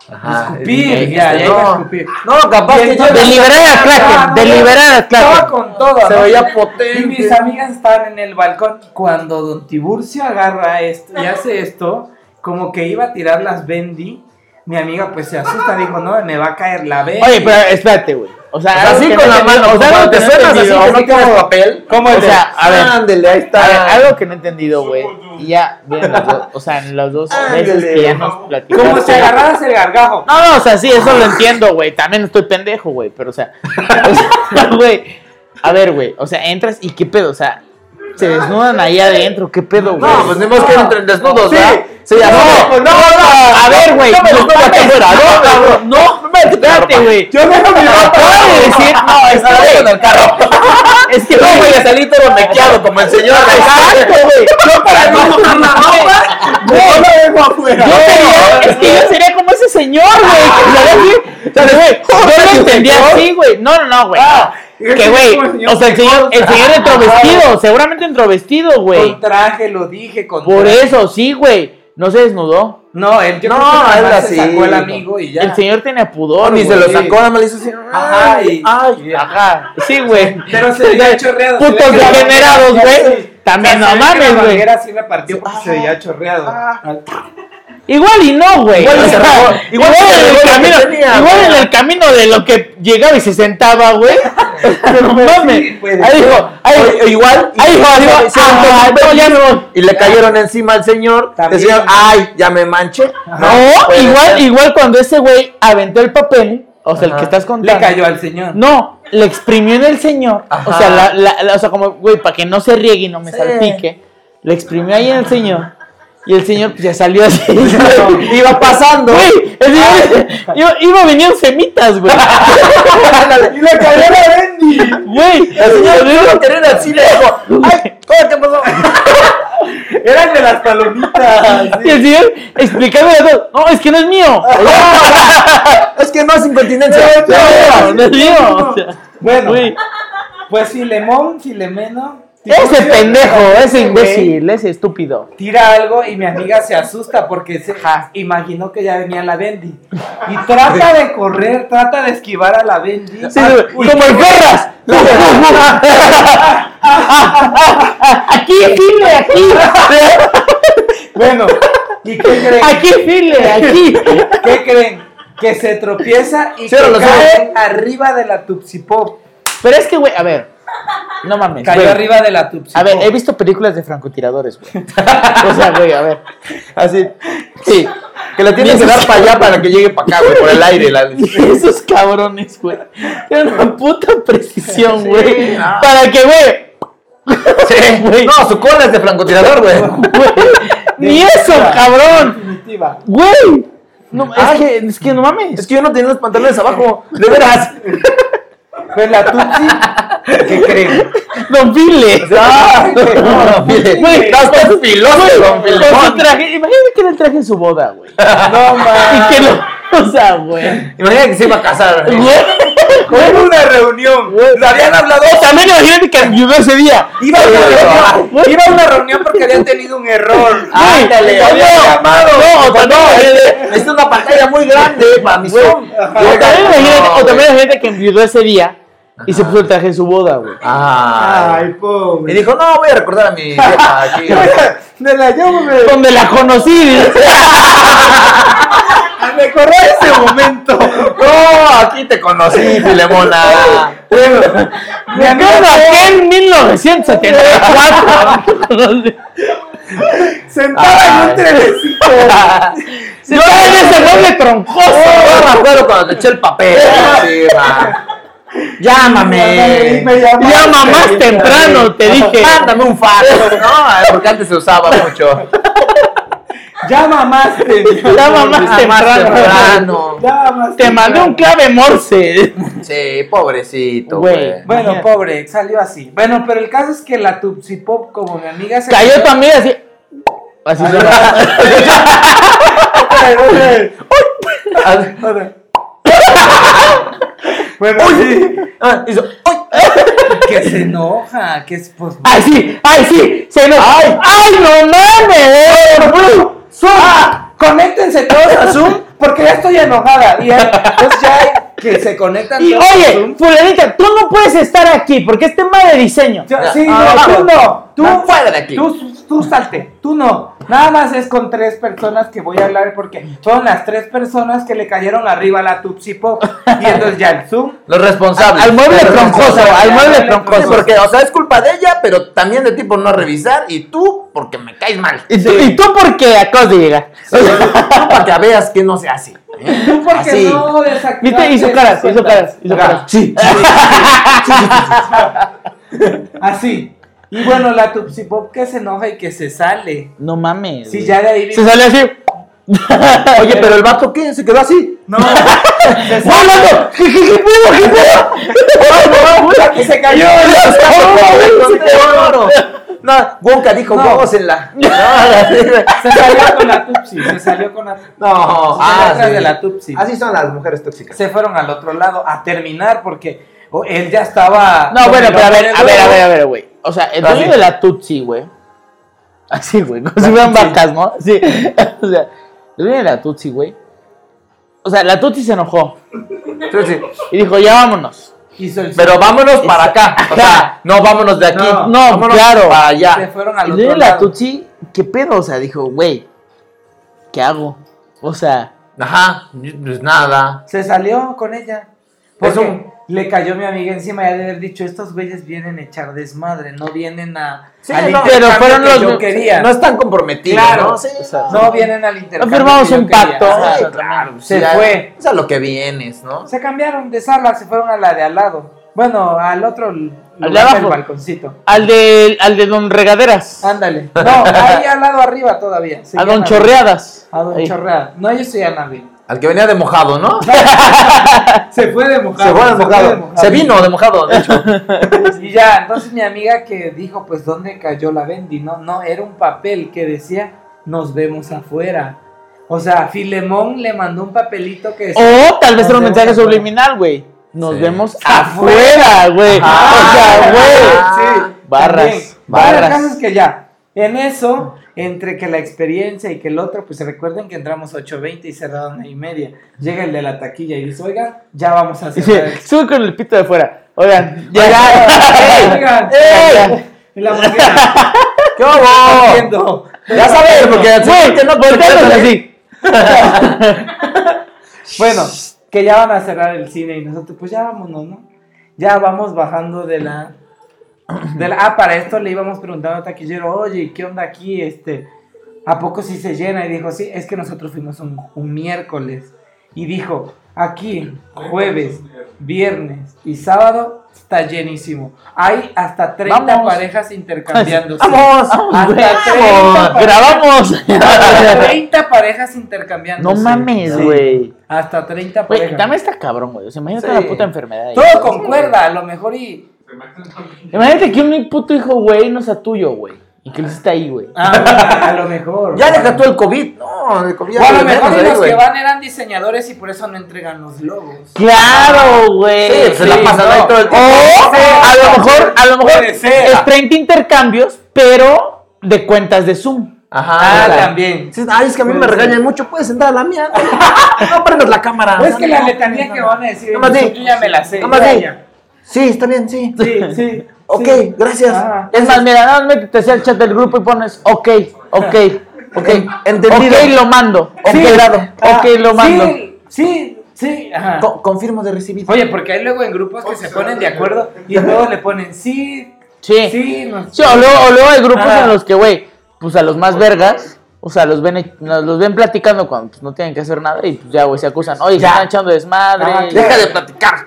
F: Ah,
C: Ajá.
F: eh,
B: escupir. Ya, ya iba a escupir.
C: No, capaz que yo.
F: Deliberar a
B: Ah,
F: Kraken,
B: no,
F: deliberar a
B: Estaba
F: Kraken.
B: con todo.
C: Se
B: ¿no?
C: veía
B: Y mis
C: potente.
B: amigas estaban en el balcón. Cuando Don Tiburcio agarra esto y hace esto, como que iba a tirar las Bendy, mi amiga pues se asusta, dijo, no, me va a caer la Bendy.
F: Oye, pero espérate, güey. O sea, algo
C: Así
F: que
C: con
F: no
C: la
F: entendí-
C: mano. O sea, no
F: algo
C: te
F: que no
C: suenas así
F: entendí,
C: que
F: o
C: no
F: sea,
C: tienes papel.
F: ¿Cómo
C: o
F: el de-
C: sea, a ver. Ándele, ahí
F: A ver,
C: está.
F: algo que no he entendido, güey. Y ya, miren las dos, o sea, en las dos veces
C: Ándale.
F: que ya nos platicamos.
B: Como si agarraras el gargajo.
F: No, no, o sea, sí, eso lo entiendo, güey. También estoy pendejo, güey. Pero, o sea, o sea, güey. A ver, güey. O sea, entras y qué pedo, o sea, se desnudan ahí adentro, qué pedo, güey.
C: No, pues ni más que entren desnudos,
F: Sí.
C: ¿verdad? Sí, ya
F: no, no, no, a ver, güey.
C: No me
F: no
C: desnudo aquí
F: mames,
C: afuera, no, cabrón.
F: No, no, espérate, güey.
C: Yo dejo mi
F: Acabo de decir, no, es que, güey,
C: el carro.
F: es que,
C: No voy
F: güey,
C: a salir todo mequeado como el señor.
F: Exacto, güey. Yo para no mojar la ropa, güey.
C: dejo
F: Yo
C: afuera.
F: sería, es que yo sería como ese señor, güey. Que se ve así. O sea, güey, yo lo entendí así, güey. No, no, no, güey. que, güey, o sea, el señor, el señor entró vestido, seguramente entró vestido, güey.
B: Con traje, lo dije, con
F: Por
B: traje.
F: eso, sí, güey. No se desnudó.
B: No, él yo
C: No,
B: creo que nada
C: él
B: más
C: así.
B: se sacó el amigo y ya.
F: El señor tenía pudor,
C: Ni se lo
F: güey.
C: sacó, nada más le hizo así.
B: Ajá, y-
C: ay.
F: Ajá, sí, güey.
B: Pero se veía chorreado. se veía
F: Putos
B: que la-
F: degenerados,
B: ya
F: güey.
B: se-
F: También,
B: o sea,
F: no
B: se veía que la
F: mames, güey. Ah,
B: manguera sí repartió porque se veía chorreado.
F: Igual y no, güey.
C: Igual y
F: O
C: se
F: sea,
C: robó- igual
F: Igual
C: y se
F: en
C: robó
F: el
C: lo que
F: camino,
C: tenía,
F: igual
C: güey.
F: en el camino de lo que llegaba y se sentaba, güey. Pero
C: pues,
F: mames.
B: güey.
F: Ahí dijo, ahí
C: Oye,
F: dijo,
C: igual,
F: ahí dijo, ahí dijo,
C: hicieron
F: ah,
C: todo
F: no,
C: un
F: ya no.
C: Y le cayeron encima al señor. El
B: También.
C: señor, ay, ya me manché.
F: No,
C: puede
F: igual,
C: ser.
F: igual cuando ese güey aventó el papel, o sea, el
C: Ajá.
F: que estás contando.
B: Le cayó al señor.
F: No, le exprimió en el señor. O
C: Ajá.
F: sea, la, la- la- o sea, como, güey, para que no se riegue y no me
C: Sí.
F: salpique. Le exprimió ahí en el señor. Y el señor pues, ya salió así. güey.
C: Iba pasando. Ah.
F: Güey, el señor iba, iba venían semitas, güey.
C: Y le cayó la Bendy.
F: Güey,
C: El señor
F: el
C: no
F: señor-
C: lo quería así, le dijo, ay, ¿qué pasó?
B: Eran de las palomitas.
F: Y el señor explicando las dos, no, es que no es mío.
C: Ah, Es que no es incontinencia.
F: No, no es mío. O sea,
B: Bueno,
F: güey,
B: pues Filemón, Filemeno.
F: ese
B: Tiburcio,
F: pendejo, ese
B: güey,
F: imbécil, ese estúpido.
B: Tira algo y mi amiga se asusta porque se imaginó que ya venía la Bendy. Y trata de correr, trata de esquivar a la Bendy. Ah,
F: Sí, güey, como el perras. Aquí file, aquí.
B: Bueno, ¿y qué creen?
F: Aquí file, aquí.
B: ¿Qué creen? Que se tropieza y
C: Cierra
B: que
C: los
B: cae arriba de la Tupsi Pop.
F: Pero es que, güey, a ver. No mames.
B: Cayó
F: güey.
B: arriba de la Tupsi
F: A ver,
B: Pop.
F: he visto películas de francotiradores, güey. O sea, güey, a ver.
C: Así. Sí. Que la tienes que
F: Bien.
C: dar para allá para que llegue para acá, güey, por el aire. La...
F: Esos cabrones, güey. Tienen una puta precisión,
B: Sí,
F: güey.
B: no.
F: Para que, güey.
C: Sí,
F: Güey.
C: No, su cola es de francotirador, güey.
F: güey, Ni eso,
B: Definitiva,
F: cabrón.
B: definitiva.
F: Güey. No, es, que, es que no mames.
C: Es que yo no tenía los pantalones abajo. De veras.
B: Pues la Tutsi, ¿qué creen?
F: Don Pile.
C: Ah,
B: güey, no,
C: no, File.
F: güey,
C: No, estás filoso, don
F: Con
C: Filemón.
F: su traje. Imagínate que era el traje de su boda, güey.
B: No
F: Y
B: mames.
F: que lo. O sea, güey.
C: Imagínate que se iba a casar. güey.
F: Güey.
B: Fue una reunión.
C: Le habían hablado.
F: También imagínate que ayudó ese día.
B: Iba a, una reunión,
F: Güey.
B: iba a una reunión porque habían tenido un error.
F: Güey,
C: Ándale,
F: no,
C: habían
F: no,
C: llamado.
F: no, o sea, no, eh,
C: Ándale, Es una pantalla muy grande para mi
F: Güey.
C: son.
F: O también imagínate, o
C: No,
F: también
C: güey.
F: imagínate que enviudó ese día y se puso el traje de su boda, güey.
C: Ay.
B: Ay, pobre.
C: Y dijo, no, voy a recordar a mi vieja aquí.
B: Me la llevo, me,
F: Donde la conocí, dice.
B: a recordar ese momento.
C: No, aquí te conocí, Filemona.
B: Bueno, mi
F: Me
B: amiga
F: acuerdo en 1974.
B: sentada en un trenecito.
F: Se Yo en ese
C: Yo
F: doble
C: me
F: troncoso.
C: acuerdo cuando te eché el papel. Sí, va.
B: Me- me
C: Llámame.
B: llamaste.
F: Llama más temprano, te dije.
C: Mándame un fax. No, porque antes se usaba mucho.
B: Ya mamaste.
F: Llama más temprano.
C: temprano.
B: Ya mamaste.
F: Te mandé un clave morse.
C: Sí, pobrecito,
F: Güey.
C: güey.
B: Bueno, pobre, salió así. Bueno, pero el caso es que la Tupsi Pop, como mi amiga se.
F: Cayó tu amiga así. Así suena.
B: Bueno, sí,
C: Ah, hizo, ¡ay!
B: que se enoja, que es pues.
F: ¡Ay, sí! ¡Ay, sí! ¡Se nos... ¡Ay! ¡Ay, no Ah, mames!
B: Zoom, conéctense todos a Zoom porque ya estoy enojada. Y ya- entonces ya hay que se conectan
F: Y
B: todos a
F: oye,
B: Zoom.
F: fulanita, tú no puedes estar aquí porque es tema de diseño.
B: Yo-
C: Ya.
B: sí,
C: Ah,
B: no, tú no. Tú,
C: Ah, fuera de aquí.
B: Tú, tú salte, tú no. Nada más es con tres personas que voy a hablar porque son las tres personas que le cayeron arriba a la Tupsi Pop. Y entonces ya el Zoom.
C: Los responsables.
F: Al mueble
C: Los
F: troncoso,
C: responsables.
F: al mueble
C: Sí,
F: troncoso.
C: Porque, o sea, es culpa de ella, pero también de ti por no revisar. Y tú, porque me caes mal.
F: ¿Y tú, y tú por qué acabas de llegar?
C: Tú para que veas que no se hace. ¿eh?
B: Tú porque
C: Así.
B: no desactivaste.
F: ¿Viste? Hizo caras, hizo caras, hizo
C: Ajá.
F: caras. Ah, Sí.
B: Así. Y bueno, la Tupsi Pop que se enoja y que se sale.
F: No mames.
B: Sí,
F: güey.
B: ya de ahí.
F: Se salió así.
C: Oye, pero el vato, ¿qué? Se quedó así.
B: No, se
F: ¡No,
B: sale.
F: no! ¿Qué, qué, qué pedo? ¿Qué pedo?
B: Y se cayó.
C: No, Wonka dijo,
B: No.
C: gócenla. No,
B: Se salió con la Tupsi. Se salió con la Tupsi.
C: no.
B: Ah,
C: ah,
B: atrás
C: sí.
B: de la Tupsi.
C: Así son las mujeres tóxicas.
B: se fueron al otro lado a terminar porque oh, él ya estaba.
F: No,
B: con
F: bueno,
B: el
F: pero a ver,
B: hombre
F: a ver, a
B: nuevo.
F: ver, a ver, güey. O sea, el dueño
C: Así.
F: de la Tutsi, güey. Así, güey, como si fueran vacas, ¿no? Sí. O sea, el dueño de la Tutsi, güey. O sea, la Tutsi se enojó
C: Sí, sí.
F: y dijo, ya vámonos.
B: Hizo el
C: Pero vámonos para acá. O sea, no vámonos de aquí.
B: No.
F: No,
C: vámonos
F: claro.
C: Para
B: se
C: allá.
B: fueron
F: El
B: al
F: dueño
B: otro
F: de la
B: lado.
F: Tutsi, ¿qué pedo? O sea, dijo, güey, ¿qué hago? O sea,
C: Ajá. Pues nada.
B: Se salió con ella.
C: Es
B: Porque
C: un-
B: le cayó mi amiga encima y ha de haber dicho, estos güeyes vienen a echar desmadre, no vienen a
C: Sí,
B: al
C: no,
B: intercambio
F: pero fueron
B: que
F: los-
B: yo quería.
C: No están comprometidos.
B: Claro.
C: ¿no? Sí,
F: O sea,
B: No vienen al
F: no
B: intercambio.
F: firmamos
B: que yo
F: un
B: quería.
F: pacto.
B: Ajá.
F: Ajá.
C: claro,
B: Se
C: sí, a-
B: fue.
C: Es a lo que vienes, ¿no?
B: Se cambiaron de sala, se fueron a la de al lado. Bueno, al otro lugar del
F: abajo.
B: balconcito.
F: Al de, al de Don Regaderas.
B: Ándale. No, ahí al lado arriba todavía.
F: a Don
B: Chorreado
F: Chorreadas.
B: A Don
F: Ahí.
B: Chorreada. No, yo soy Anabel.
C: Al que venía de mojado, ¿no?
B: Se fue de mojado.
C: se fue de mojado. Se vino de mojado, de hecho.
B: Y ya, entonces mi amiga que dijo, pues, ¿dónde cayó la Bendy? No, no, era un papel que decía, nos vemos afuera. O sea, Filemón le mandó un papelito que decía...
F: O tal vez era un
B: Nos vemos
F: mensaje
B: afuera.
F: subliminal, güey. Nos
C: Sí.
F: vemos
B: Afuera.
F: afuera, güey. O
C: Ah,
F: sea, Ah, güey.
B: Sí,
F: Barras,
B: también.
F: barras.
B: Bueno, el caso es que ya, en eso, entre que la experiencia y que el otro, pues recuerden que entramos 8.20 y cerraron y media. Llega el de la taquilla y dice, oigan, ya vamos a
F: Y sí,
B: cerrar.
F: Sube con el pito de afuera. Oigan, ya.
B: Oigan, oigan, oigan. Y la mujer,
C: ¡Qué hubo!
B: haciendo,
C: Ya sabes, porque al
F: Güey,
C: siguiente
F: no volteamos así.
B: Bueno, que ya van a cerrar el cine y nosotros, pues ya vámonos, ¿no? Ya vamos bajando de la, de la- Ah, para esto le íbamos preguntando al taquillero, oye, ¿qué onda aquí? Este, ¿A poco sí se llena? Y dijo, sí, es que nosotros fuimos un, un miércoles. Y dijo, aquí, jueves, viernes y sábado está llenísimo. Hay hasta 30
F: Vamos.
B: parejas intercambiándose.
C: ¡Vamos!
B: Hasta
F: Ah, güey.
B: 30 parejas-
F: Grabamos.
B: hasta 30 parejas
F: No
B: intercambiándose.
F: mames,
B: Sí.
F: güey.
B: Hasta 30
F: Güey,
B: parejas.
F: también está cabrón, güey. O sea, imagínate
B: Sí.
F: la puta enfermedad. ahí.
B: Todo concuerda, a lo mejor y.
F: Imagínate que un puto hijo, güey, no sea tuyo, güey. Y que lo hiciste ahí, güey.
B: Ah, a lo mejor.
C: Ya deja tú el COVID. No, el COVID ya
B: O a lo
C: lo
B: mejor
C: menos
B: y
C: ahí,
B: los
C: güey.
B: que van eran diseñadores y por eso no entregan los logos.
F: Claro, güey.
C: Sí, se la pasan
B: no.
C: ahí todo el
F: O
C: tiempo.
F: a lo mejor, a lo mejor
B: Puede ser.
F: es 30 intercambios, pero de cuentas de Zoom.
C: Ajá.
B: Ah,
C: mira.
B: también.
C: Sí, Ay, es que a mí
B: Puede
C: me
B: ser.
C: regañan mucho. Puedes sentar a la mía. No prendas la cámara.
B: O es
C: No,
B: que la
C: no,
B: letanía
C: no,
B: que
C: no.
B: van a decir,
C: Toma así.
B: yo ya me la sé.
C: Toma
B: ya,
C: así.
B: ya.
C: Sí, está bien, sí.
B: Sí, sí. Ah.
C: Ok,
B: sí.
C: gracias.
B: Ajá.
F: Es más, mira, nada más métete hacia el chat del grupo y pones, ok, ok, ok.
C: entendido.
F: Ok, lo mando. Ok,
C: Sí.
F: dado.
B: Ah,
F: Ok, lo mando.
B: Sí, sí, sí. Ajá. Oh,
C: Co- confirmo de recibido.
B: Oye, porque hay luego en grupos que se ponen de acuerdo y luego le ponen sí,
F: Sí.
B: sí, no.
F: Sí, o luego, o luego hay grupos
B: Ah.
F: en los que, güey, pues a los más vergas, o sea, los ven, los ven platicando cuando pues, no tienen que hacer nada y pues ya, güey, se acusan. Oye, se
C: Ya.
F: están echando desmadre.
B: Ah, claro.
C: Deja de platicar.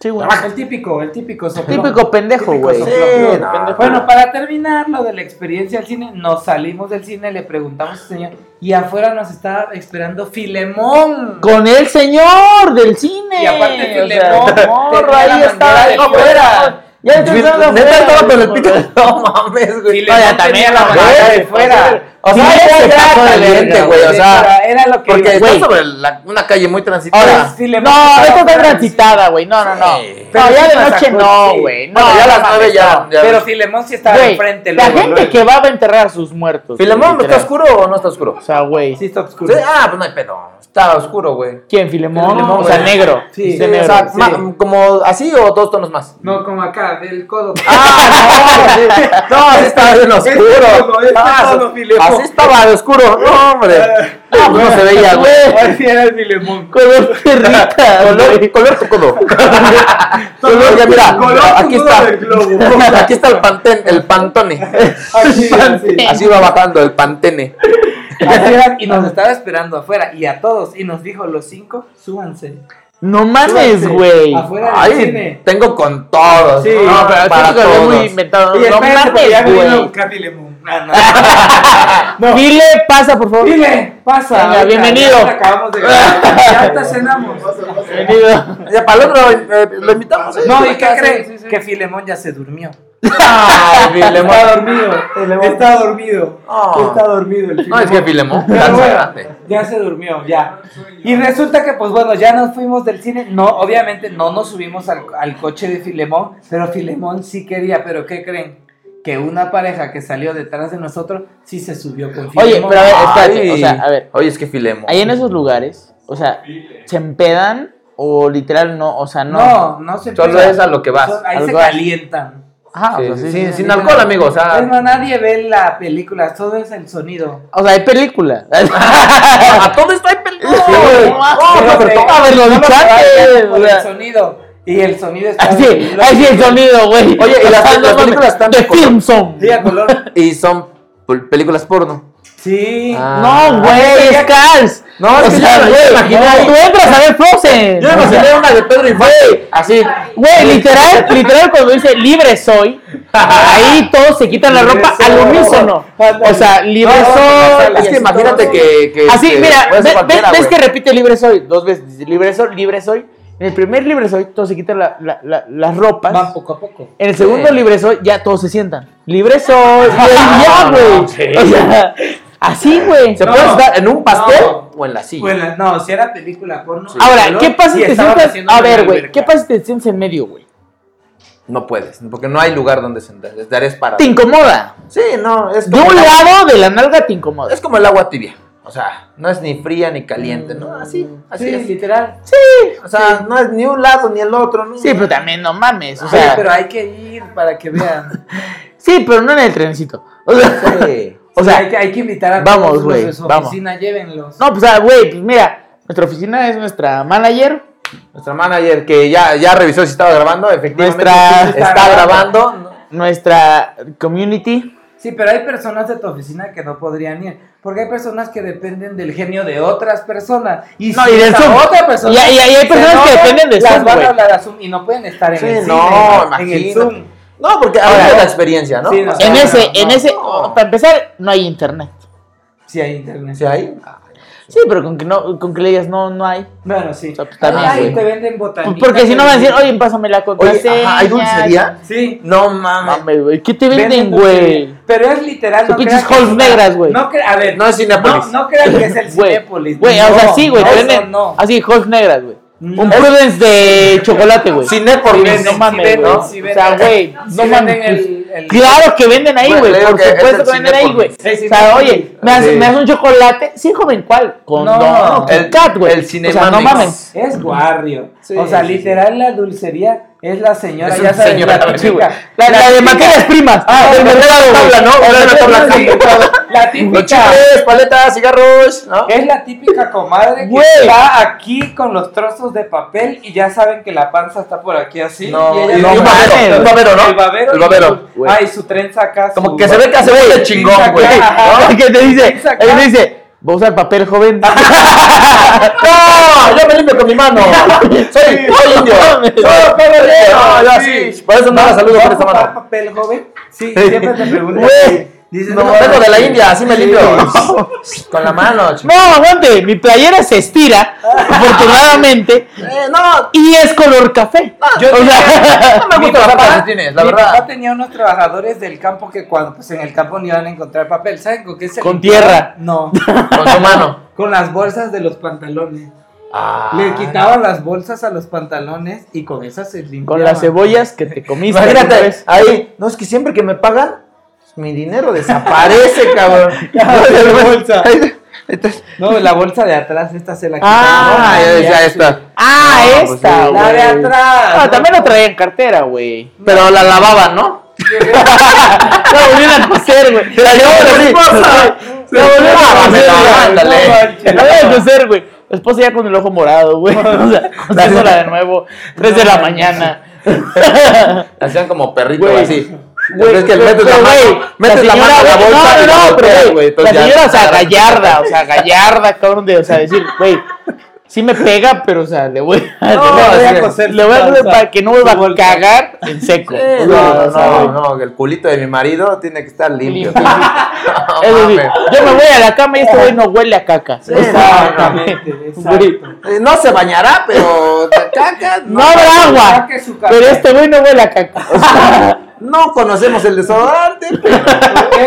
F: Sí, güey.
B: El típico, el típico soplón.
F: Típico pendejo,
B: Típico
F: güey.
B: soplón.
C: Sí, no.
B: Bueno, para terminar lo de la experiencia al cine, nos salimos del cine, le preguntamos al señor y afuera nos estaba esperando Filemón.
F: Con el señor del cine.
B: Y aparte
F: o
B: Filemón,
F: sea,
B: tenía
F: morro,
B: la
F: ahí
B: bandera
F: estaba.
B: de
F: ahí
B: fuera.
F: afuera. Ya le están dando
C: Neta,
F: afuera,
C: estaba con el
F: güey.
C: pico. No mames, güey.
B: Filemón
F: Oye, también
B: tenía
F: la
B: bandera
F: bandera
B: de fuera.
C: O sea,
F: Sí,
C: ese
F: se
C: trato
F: pasó de
C: de gente,
F: verga,
C: güey. O
B: Era-
C: sea,
B: era lo que
C: porque
B: iba.
C: está
F: güey.
C: sobre la- una calle muy transitada.
F: Ahora,
B: Filemón
F: no,
B: estaba
F: esta está
B: fuera del
F: transitada, güey. No, no, no.
C: Sí.
F: No,
B: Pero
F: ya
B: sí
F: de
B: pasa
F: noche
B: cosas,
F: no,
B: sí.
F: güey. No,
C: Bueno, ya a las nueve ya. ya-
B: Pero Filemón sí estaba
F: Güey,
B: enfrente.
F: la
B: luego,
F: gente
B: luego.
F: que va a enterrar a sus muertos.
C: Filemón,
F: güey,
C: ¿está
F: literal.
C: oscuro o no está oscuro?
F: O sea, güey.
B: Sí está oscuro.
C: Sí, ah, pues no hay pedo. Está oscuro, güey.
F: ¿Quién? Filemón.
C: Filemón,
F: o sea,
C: güey.
F: negro.
B: Sí.
F: Este
B: Sí,
F: negro.
C: O sea,
B: Sí.
C: ma- como así o dos tonos más.
B: No, como acá, del codo.
F: Ah.
C: No, así estaba bien oscuro.
B: todo, este
C: Ah,
B: todo, Filemón.
C: así estaba de oscuro. No, hombre. No, pues no se veía, güey.
B: Ahora sí era el Filemón.
F: Color perrita.
C: Color,
F: güey.
C: color tu codo. color, ya mira, aquí
B: todo
C: está.
B: del globo.
C: Aquí está el pantene, el pantone.
B: Así, así.
C: Así va bajando el pantene.
B: Así era, y nos estaba esperando afuera y a todos y nos dijo los cinco súbanse
F: No mames,
B: súbanse,
F: güey.
B: afuera del
C: Ay,
B: cine
C: tengo con todos.
B: Sí.
F: No, pero
C: para
F: aquí lo muy
C: todos.
F: inventado.
B: y
F: No
B: espérate porque ya
F: mames,
B: me vino a
F: güey.
B: buscar Filemón Ah, no.
F: Dile, pasa, por favor.
B: dile pasa
F: Venga,
B: ahorita,
F: bienvenido.
B: ya te acabamos de grabar, ya hasta cenamos
F: Bienvenido.
C: Ya para el otro eh, lo invitamos. eh.
B: no y qué crees que Filemón ya se durmió
C: Ay, Filemón.
B: dormido está dormido
C: Ah.
B: está dormido el
C: No, es que Filemón.
B: Pero
C: tan
B: bueno,
C: grande.
B: ya se durmió, ya. Y resulta que, pues bueno, ya nos fuimos del cine. No, obviamente no nos subimos al, al coche de Filemón, pero Filemón sí quería, pero ¿qué creen? Que una pareja que salió detrás de nosotros sí se subió con Filemón.
F: Oye, pero a ver, espérate,
C: Ay.
F: o sea, a ver.
C: Oye, es que Filemón.
F: Ahí en esos lugares, o sea, se empedan o literal no, o sea, no.
B: no, no se
C: Solo
B: empieza.
C: es a lo que vas.
B: Son- ahí
F: a lo
B: se
F: que vas.
B: calientan.
F: Ajá,
C: Sí,
F: o sea,
C: sí,
F: sí,
C: sí,
F: sí.
C: Sin alcohol, amigo, o
F: Ah.
C: sea-
B: Es más, nadie ve la película, todo es el sonido.
F: O sea, hay película.
C: A todo esto hay película.
F: Sí, güey.
C: No,
F: Pero
C: no, pero
F: te-
C: toma,
F: a ver, lo
B: no
F: dicho
B: se va
F: antes,
B: por
F: o sea.
B: el sonido. Y el sonido está.
F: Así, así el sonido, güey.
C: Oye, y las-
F: Ah, no
C: las
F: mames,
C: películas están
F: de
C: de color.
F: film son.
B: Sí, a color.
C: Y son pel- películas porno.
B: Sí.
C: Ah.
F: No, güey, es Cars.
C: No, es
F: O
C: que
F: sea,
C: yo me
F: güey,
C: imaginé.
F: tú entras a ver Frozen.
C: Yo me imaginé una de Pedro Infante. Así.
F: Güey, literal, literal cuando dice libre soy, ahí todos se quitan la
B: Libre
F: ropa
B: soy.
F: al unísono. O sea, libre
C: No, no,
F: soy.
C: no, Es que imagínate que. que-
F: Así,
C: que
F: mira,
C: puede
F: ve-
C: ser
F: ve-
C: cualquiera,
F: ves que
C: güey.
F: repite libre soy, dos veces, dice, libre soy, libre soy. En el primer libre soy, todos se quitan la- la- la- las ropas.
B: Van poco a poco.
F: En el segundo
C: Sí.
F: libre soy, ya todos se sientan. Libre soy, güey, ya,
C: No,
F: güey.
C: no, sí.
F: O sea, así, güey.
C: ¿Se
B: No,
C: puede estar en un pastel
B: no.
C: o en la silla?
B: Bueno, no, si era película porno.
C: Sí.
F: Ahora,
B: pero
F: ¿qué pasa
B: sí
F: si te
B: estaban
F: sientas?
B: haciendo
F: A
B: una
F: ver, güey,
B: alberca.
F: ¿qué pasa si te sientas en medio, güey?
C: No puedes, porque no hay lugar donde sentar. Estarás parado.
F: Te incomoda.
C: Sí, no, es
F: De
C: como el
F: un
C: agua-
F: lado de la nalga te incomoda.
C: Es como el agua tibia. O sea, no es ni fría ni caliente,
F: Mm,
C: ¿no? Así, así
B: Sí,
C: es.
B: literal.
C: O sea, no es ni un lado ni el otro, ¿no?
F: Sí, pero también no mames. O
B: Oye,
F: sea,
B: pero hay que ir para que vean.
F: sí, pero no en el trencito. O sea,
C: Sí.
F: o sea,
B: hay, que, hay que invitar a
F: vamos,
B: todos los
F: güey,
B: de su
F: vamos.
B: oficina, llévenlos.
F: no, pues, ah, güey, pues mira, nuestra oficina es nuestra manager.
C: Nuestra manager que ya, ya revisó si estaba grabando, efectivamente
F: Nuestra-
C: sí está grabando.
F: Nuestra community.
B: Sí, pero hay personas de tu oficina que no podrían ir. Porque hay personas que dependen del genio de otras personas. Y
F: No,
B: si
F: y del
B: esa
F: Zoom.
B: otra persona
F: Y- y- y hay
B: se
F: personas que dependen de
B: las
F: Zoom,
B: van
F: güey.
B: a hablar a Zoom y no pueden estar en
C: Sí,
B: el cine,
C: no,
B: en
C: imagínate.
B: el Zoom.
C: No, porque ahora es la experiencia, ¿no?
B: Sí, no.
C: O sea,
F: En
B: no,
F: ese,
B: no,
F: en
B: no.
F: ese, para empezar, no hay internet.
B: Sí, hay internet.
C: si hay-
F: Sí, pero con que no, con que le digas no, no hay.
B: Bueno, sí.
F: O sea, pues, también,
B: Ay,
F: güey.
B: te venden botanicas.
F: Pues porque si no van a decir,
B: te
F: oye,
B: venden-
F: pásame la
C: Oye,
F: contraseña.
C: ajá, ¿hay dulcería?
B: Sí.
C: No mames.
F: Mames, güey, ¿qué te venden,
B: dulcería.
F: güey?
B: Pero es literal.
F: Son pinches
B: crean que
F: halls
B: es una-
F: negras, güey.
B: No cre- a ver,
C: No es Cinépolis.
B: No, no crean que es el
F: Güey,
B: Cinépolis.
F: güey, o sea,
B: No,
F: sí, güey,
B: no,
F: te
B: eso
F: venden
B: no.
F: así, hojas negras, güey.
B: No.
F: Un Prudence de chocolate, güey.
C: Cinépolis.
B: venden,
F: no mames,
B: venden,
F: güey.
B: sí
F: o sea,
B: venden.
F: güey,
B: Sí
F: no
B: venden
F: mames. pues,
B: el- el-
F: Claro que venden ahí,
C: Bueno,
F: güey.
C: le digo
F: Por
C: que es
F: supuesto
C: el
F: que venden ahí, güey.
C: Cinépolis.
B: Sí, sí,
F: o sea,
B: sí.
F: oye, me haces
C: Sí.
F: me haces un chocolate. Sí, joven, ¿cuál? Con
B: No,
F: no,
C: el-
F: cat, güey.
C: el
F: O sea, no
C: Cinemanix.
F: mames.
B: Es barrio.
C: Sí,
B: o sea,
C: sí, sí.
B: literal la dulcería es la señora,
C: Es
B: ya
C: una
B: sabes,
C: señora,
B: la
C: güey.
F: Sí, güey.
B: típica.
F: La, la de materias primas. Ah, del mercado, güey.
C: tabla, ¿no? Era una tabla así.
B: La
C: Los
B: típica.
C: chicles, paletas, cigarros, ¿no?
B: Es la típica comadre que
F: Güey.
B: está aquí con los trozos de papel y ya saben que la panza está por aquí así.
C: No,
B: y ella
C: y
F: no
B: el
F: mames,
B: babero,
F: el
C: babero, ¿no?
B: El babero.
C: El
B: y
C: babero,
B: su-
C: güey.
B: Ay, su trenza acá.
C: Como
B: su-
C: que se ve que hace un chingón, güey.
B: Ajá.
F: ¿Qué Ah, te dice?
B: Saca.
F: Él me dice, va a usar papel joven.
C: ¡No! Yo me limpio con mi mano. Soy soy indio. Soy perrero. No, yo así. Por eso no la saludo
B: ¿Va
C: con
B: a
C: esta
B: ocupar
C: mano.
B: papel, joven? Sí, siempre te preguntan.
F: Güey.
B: Dices,
C: No,
B: no,
C: vengo de la
B: sí.
C: India, así me limpio. Con la mano, chico.
F: No, aguante, mi playera se estira, afortunadamente,
C: Eh, no,
F: y es color café.
C: yo
F: o sea,
C: no Ah, me
B: Mi
C: gusta usar
B: papá-
C: calcetines, la
B: mi papá
C: verdad.
B: tenía unos trabajadores del campo que cuando pues en el campo no iban a encontrar papel, ¿saben con qué se
F: Con
B: limpiaban?
F: tierra.
B: No,
C: Con su mano.
B: con las bolsas de los pantalones.
C: Ah.
B: Le quitaban las bolsas a los pantalones y con esas se limpiaban.
F: con las cebollas que te comiste. alguna
C: Imagínate, ah,
F: vez.
C: ahí. No, es que siempre que me pagan, pues, mi dinero desaparece, cabrón.
B: de la bolsa.
C: Ahí está.
B: No, la bolsa de atrás esta se la
F: Ah,
C: Ah,
B: quitaban. Y
C: ya, ya está.
F: Ah,
C: No, pues
F: esta.
C: sí,
B: La de
F: güey.
B: atrás.
F: Ah,
B: ¿no?
F: también la traía en cartera, güey.
C: Pero la lavaban, ¿no?
F: La volvieron a coser, güey. La
C: ¡Pero mi esposa!
F: La volvieron a
C: Ah,
F: coser, güey.
C: ándale.
F: No manches. La volvieron a coser, güey. La esposa ya con el ojo morado, güey. O sea, cosiéndola de nuevo, 3 de la mañana.
C: Hacían como perrito
F: Güey.
C: así.
F: Güey,
C: es que
F: pero,
C: metes la
F: pero, güey,
C: mano, metes la
F: señora,
C: mano en la
F: güey,
C: bolsa y
F: no,
C: la
F: no, no, pero,
C: volteas, güey.
F: La
C: Entonces ya
F: señora, o
C: te
F: sea,
C: agarran.
F: gallarda, o sea, gallarda, cabrón, de, o sea, decir, güey, sí me pega, pero, o sea, le voy a...
B: No, le voy a
F: sí,
B: coser
F: le
B: su
F: voy a coser
B: panza,
F: para que no vuelva
B: su
F: a
B: bolsa.
F: cagar en seco.
C: Sí,
F: O sea,
C: No,
F: o sea,
C: no,
F: güey,
C: no, el culito de mi marido tiene que estar limpio.
F: limpio,
C: No
F: Eso sí,
C: mames.
F: yo me voy a la cama y este güey no huele a caca.
C: Sí,
B: Exactamente,
F: Güey,
B: exacto.
C: Eh, No se bañará, pero te caca.
F: No habrá agua,
B: Saque su café.
F: pero este güey no huele a caca. O sea,
C: No conocemos el desodorante, pero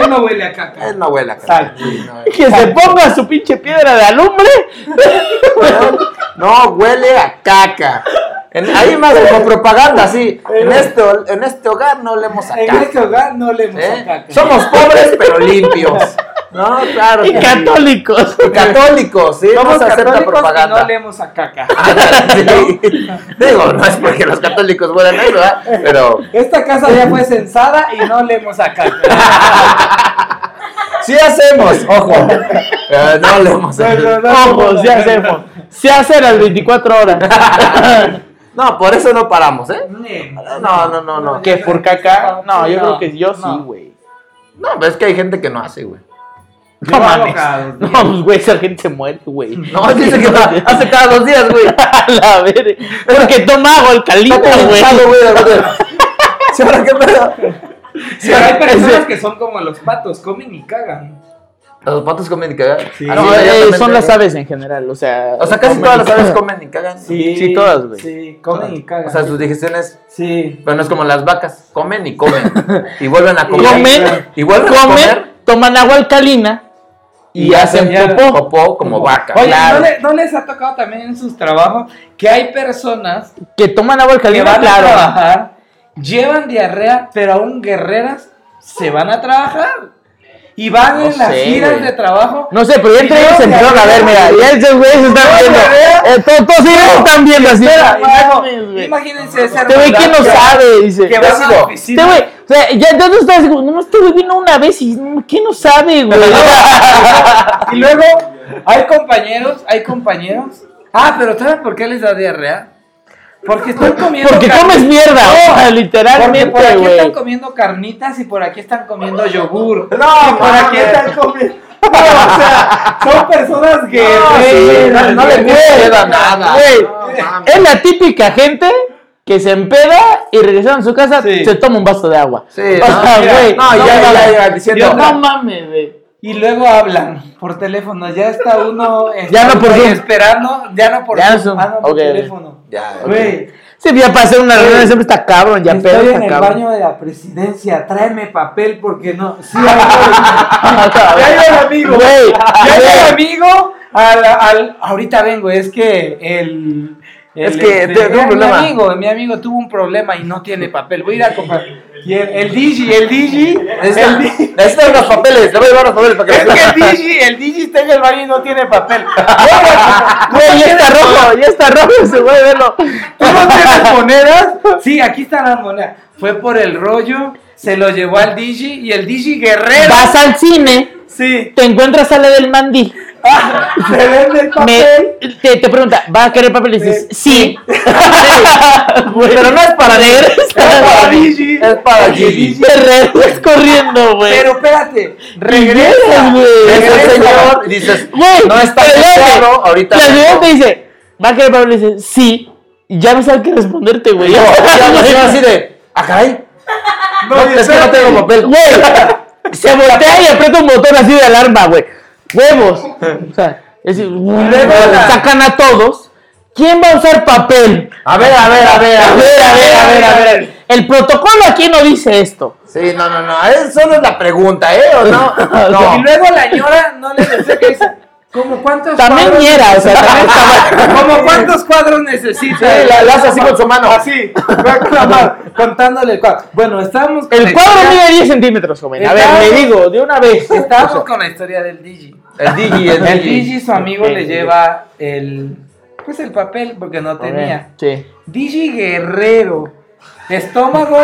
B: Él no huele a caca.
C: es una abuela. caca.
B: Exacto.
C: Sí, no, eh.
F: que se ponga su pinche piedra de alumbre.
C: No, huele a caca. En- ahí más como propaganda, así. En este, hol- en este hogar no olemos a
B: En
C: caca.
B: este hogar no le hemos
C: ¿eh?
B: caca.
C: Somos pobres, pero limpios. No, claro.
F: Y
C: que sí.
F: católicos.
C: Y católicos, ¿sí?
B: Somos
C: no se acepta
B: católicos y
C: propaganda.
B: no leemos a caca.
C: Sí. Digo, no es porque los católicos huelan a eso, ¿verdad? Pero
B: Esta casa ya fue censada y no leemos a caca.
C: sí hacemos, ojo. Eh, no leemos.
B: No, no, no.
F: Ojo, se hacemos. Se hace las 24 horas.
C: No, por eso no paramos, ¿eh?
B: No,
C: No, no, no, no.
F: ¿Que por caca? No, yo creo que yo
B: No.
F: sí, güey.
C: No, pero es que hay gente que no hace, güey.
F: No
B: Llevaba
F: mames.
B: cada dos
F: No,
B: días.
F: pues, güey, esa gente muere, güey.
C: No, dice que va- hace cada dos días, güey.
F: A la verga. Porque toma agua alcalina,
C: Está
F: güey.
C: cansado, güey. de verdad. Sí, ahora qué pedo.
B: Sí, hay personas
C: Ese-
B: que son como los patos, comen y cagan.
C: Los patos comen y cagan.
B: Sí.
C: Ah,
F: No,
C: sí,
F: eh,
C: exactamente,
F: son las
C: güey.
F: aves en general, o sea.
C: O sea, casi
F: comen
C: todas
F: y
C: las aves
F: cagan.
C: comen y cagan.
F: Sí, todas, güey.
B: Sí, comen y cagan.
C: O sea, sus digestiones.
B: Sí.
C: Pero no es como las vacas. Comen y comen. Y vuelven a comer.
F: Comen,
C: Y vuelven a comer.
F: comen, toman agua alcalina y,
B: Y
F: hacen
B: ya-
F: popó.
C: Popó como vaca.
B: Oye,
C: claro.
B: ¿no, le- no les ha tocado también en sus trabajos que hay personas
F: Que toman agua
B: que
F: alcalina,
B: van
F: claro.
B: a trabajar, llevan diarrea, pero aún guerreras se van a trabajar? Y van
C: No
B: en las
C: sé,
B: giras
C: güey.
B: de trabajo.
F: No sé, pero ya entre
B: Y
F: ellos
B: luego
F: se
B: te
F: empezaron a ver, mira.
B: agarran.
F: Ya estos güeyes se están
B: No,
F: viendo.
B: te
F: Eh, to- todos ellos se están viendo así.
B: Espera,
F: No
B: y luego,
F: mames, güey.
B: imagínense ese
F: Este güey, ¿quién no sabe? Dice.
B: Que
C: va-
B: vas a la
C: Este
F: Este
B: oficina.
F: güey, o sea, ya ya no estás, no, no, este güey vino una vez y mm, ¿quién no sabe, güey?
B: Y luego hay compañeros, hay compañeros. Ah, pero ¿sabes por qué les da diarrea? Porque están comiendo.
F: Porque
B: carne-
F: comes mierda, o sea,
B: Porque por
F: literalmente,
B: aquí
F: güey.
B: están comiendo carnitas y por aquí están comiendo yogur.
C: No,
B: y por aquí
C: mames.
B: están comiendo. No, o sea, son personas que.
C: sí, no, no le queda nada.
F: Güey,
C: No, mames.
F: es la típica gente que se empeda y regresando a su casa
B: Sí.
F: se toma un vaso de agua.
C: Sí,
F: o sea,
B: mira,
F: güey.
C: No, ya, ya, ya, ya, diciendo.
F: no, no mames, güey.
B: Y luego hablan por teléfono. Ya está uno.
F: Ya no por
B: ahí
F: Zoom.
B: esperando. Ya no por
F: Ya no
B: Zoom,
F: Zoom.
B: Ah, no, por
F: Ok, ok.
B: teléfono.
C: Ya,
B: Güey,
F: Sí, ya para hacer una
B: Güey,
F: reunión siempre está cabrón, ya
B: estoy
F: pedo
B: en
F: está
B: el
F: cabrón.
B: baño de la presidencia. Tráeme papel porque no. Sí, ahí voy. ya llegó el amigo.
F: Güey,
B: ya
F: güey.
B: llegó el amigo. Al, al, ahorita vengo. Es que el. el-
C: Es que
B: este,
C: tengo un
B: mi
C: problema.
B: amigo, mi amigo tuvo un problema y no tiene papel. Voy a ir a comprar. Y el, el Digi, el Digi.
C: Necesitan,
B: El Digi.
C: necesitan los papeles. Le voy a llevar los papeles para
B: Es
C: que
B: que el Digi, el Digi está en el baño y no tiene papel.
F: Güey, ya está rojo, ya está rojo, se puede verlo.
B: ¿Tú no tienes monedas? Sí, aquí están las monedas. Fue por el rollo, se lo llevó al Digi y el Digi Guerrero.
F: Vas al cine,
B: Sí.
F: te encuentras a la del mandí.
B: Se vende el
F: Me,
B: papel.
F: te, te pregunta, ¿va a querer papel? Y dices, sí. Güey, Pero no es para leer.
B: Es para Digi.
C: Es para
B: Porque
C: Digi.
F: Te regresas corriendo, güey.
B: Pero espérate,
F: Regresas,
B: regresa.
F: güey.
C: Es el
B: Regresa.
C: señor. y Dices,
F: Güey,
C: no está
F: te duele.
C: claro. Ahorita.
F: Y al
C: vengo.
F: final te dice, ¿va a querer papel? Y dices, sí. Y ya no sabes qué responderte, güey.
C: No, ya no sé, así de. Ah, caray.
B: No,
C: No, es que no tengo papel.
F: Güey, se voltea y aprieta un botón así de alarma, güey. Huevos. O sea, es decir, sacan a todos. ¿Quién va a usar papel?
C: A ver, a ver, a ver,
F: A ver, a ver, a ver, a ver. El protocolo aquí no dice esto.
C: Sí, no, no, no. Es solo es la pregunta, ¿eh? ¿O no?
B: Y
C: No.
B: luego la señora no le decía que dice, ¿cómo cuántos
F: También
B: cuadros
F: era, o sea, también estaba.
B: ¿Cómo cuántos cuadros necesita?
C: Sí, la- la hace así con su mano.
B: Así, va con la mano, contándole el cuadro. Bueno, estábamos. con la
F: El cuadro
B: historia-
F: mide 10 centímetros, joven. A ver,
B: Estaba-
F: le digo, de una vez.
B: Estábamos con la historia del Digi.
C: El Digi, el
B: El
C: Digi.
B: Digi, su amigo,
F: El
B: le
F: Digi.
B: lleva el. Pues el papel, porque no tenía.
F: Sí.
B: Digi Guerrero. Estómago,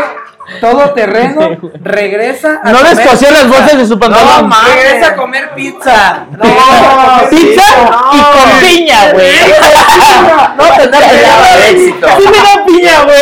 B: todo terreno, regresa a.
F: No
B: comer
F: descosió las
B: pizza.
F: bolsas de su pantalón.
B: No, mames. Regresa a comer pizza.
C: No,
F: Pizza y con piña, güey.
C: No tendrá que dar éxito.
F: Sí me da piña, güey.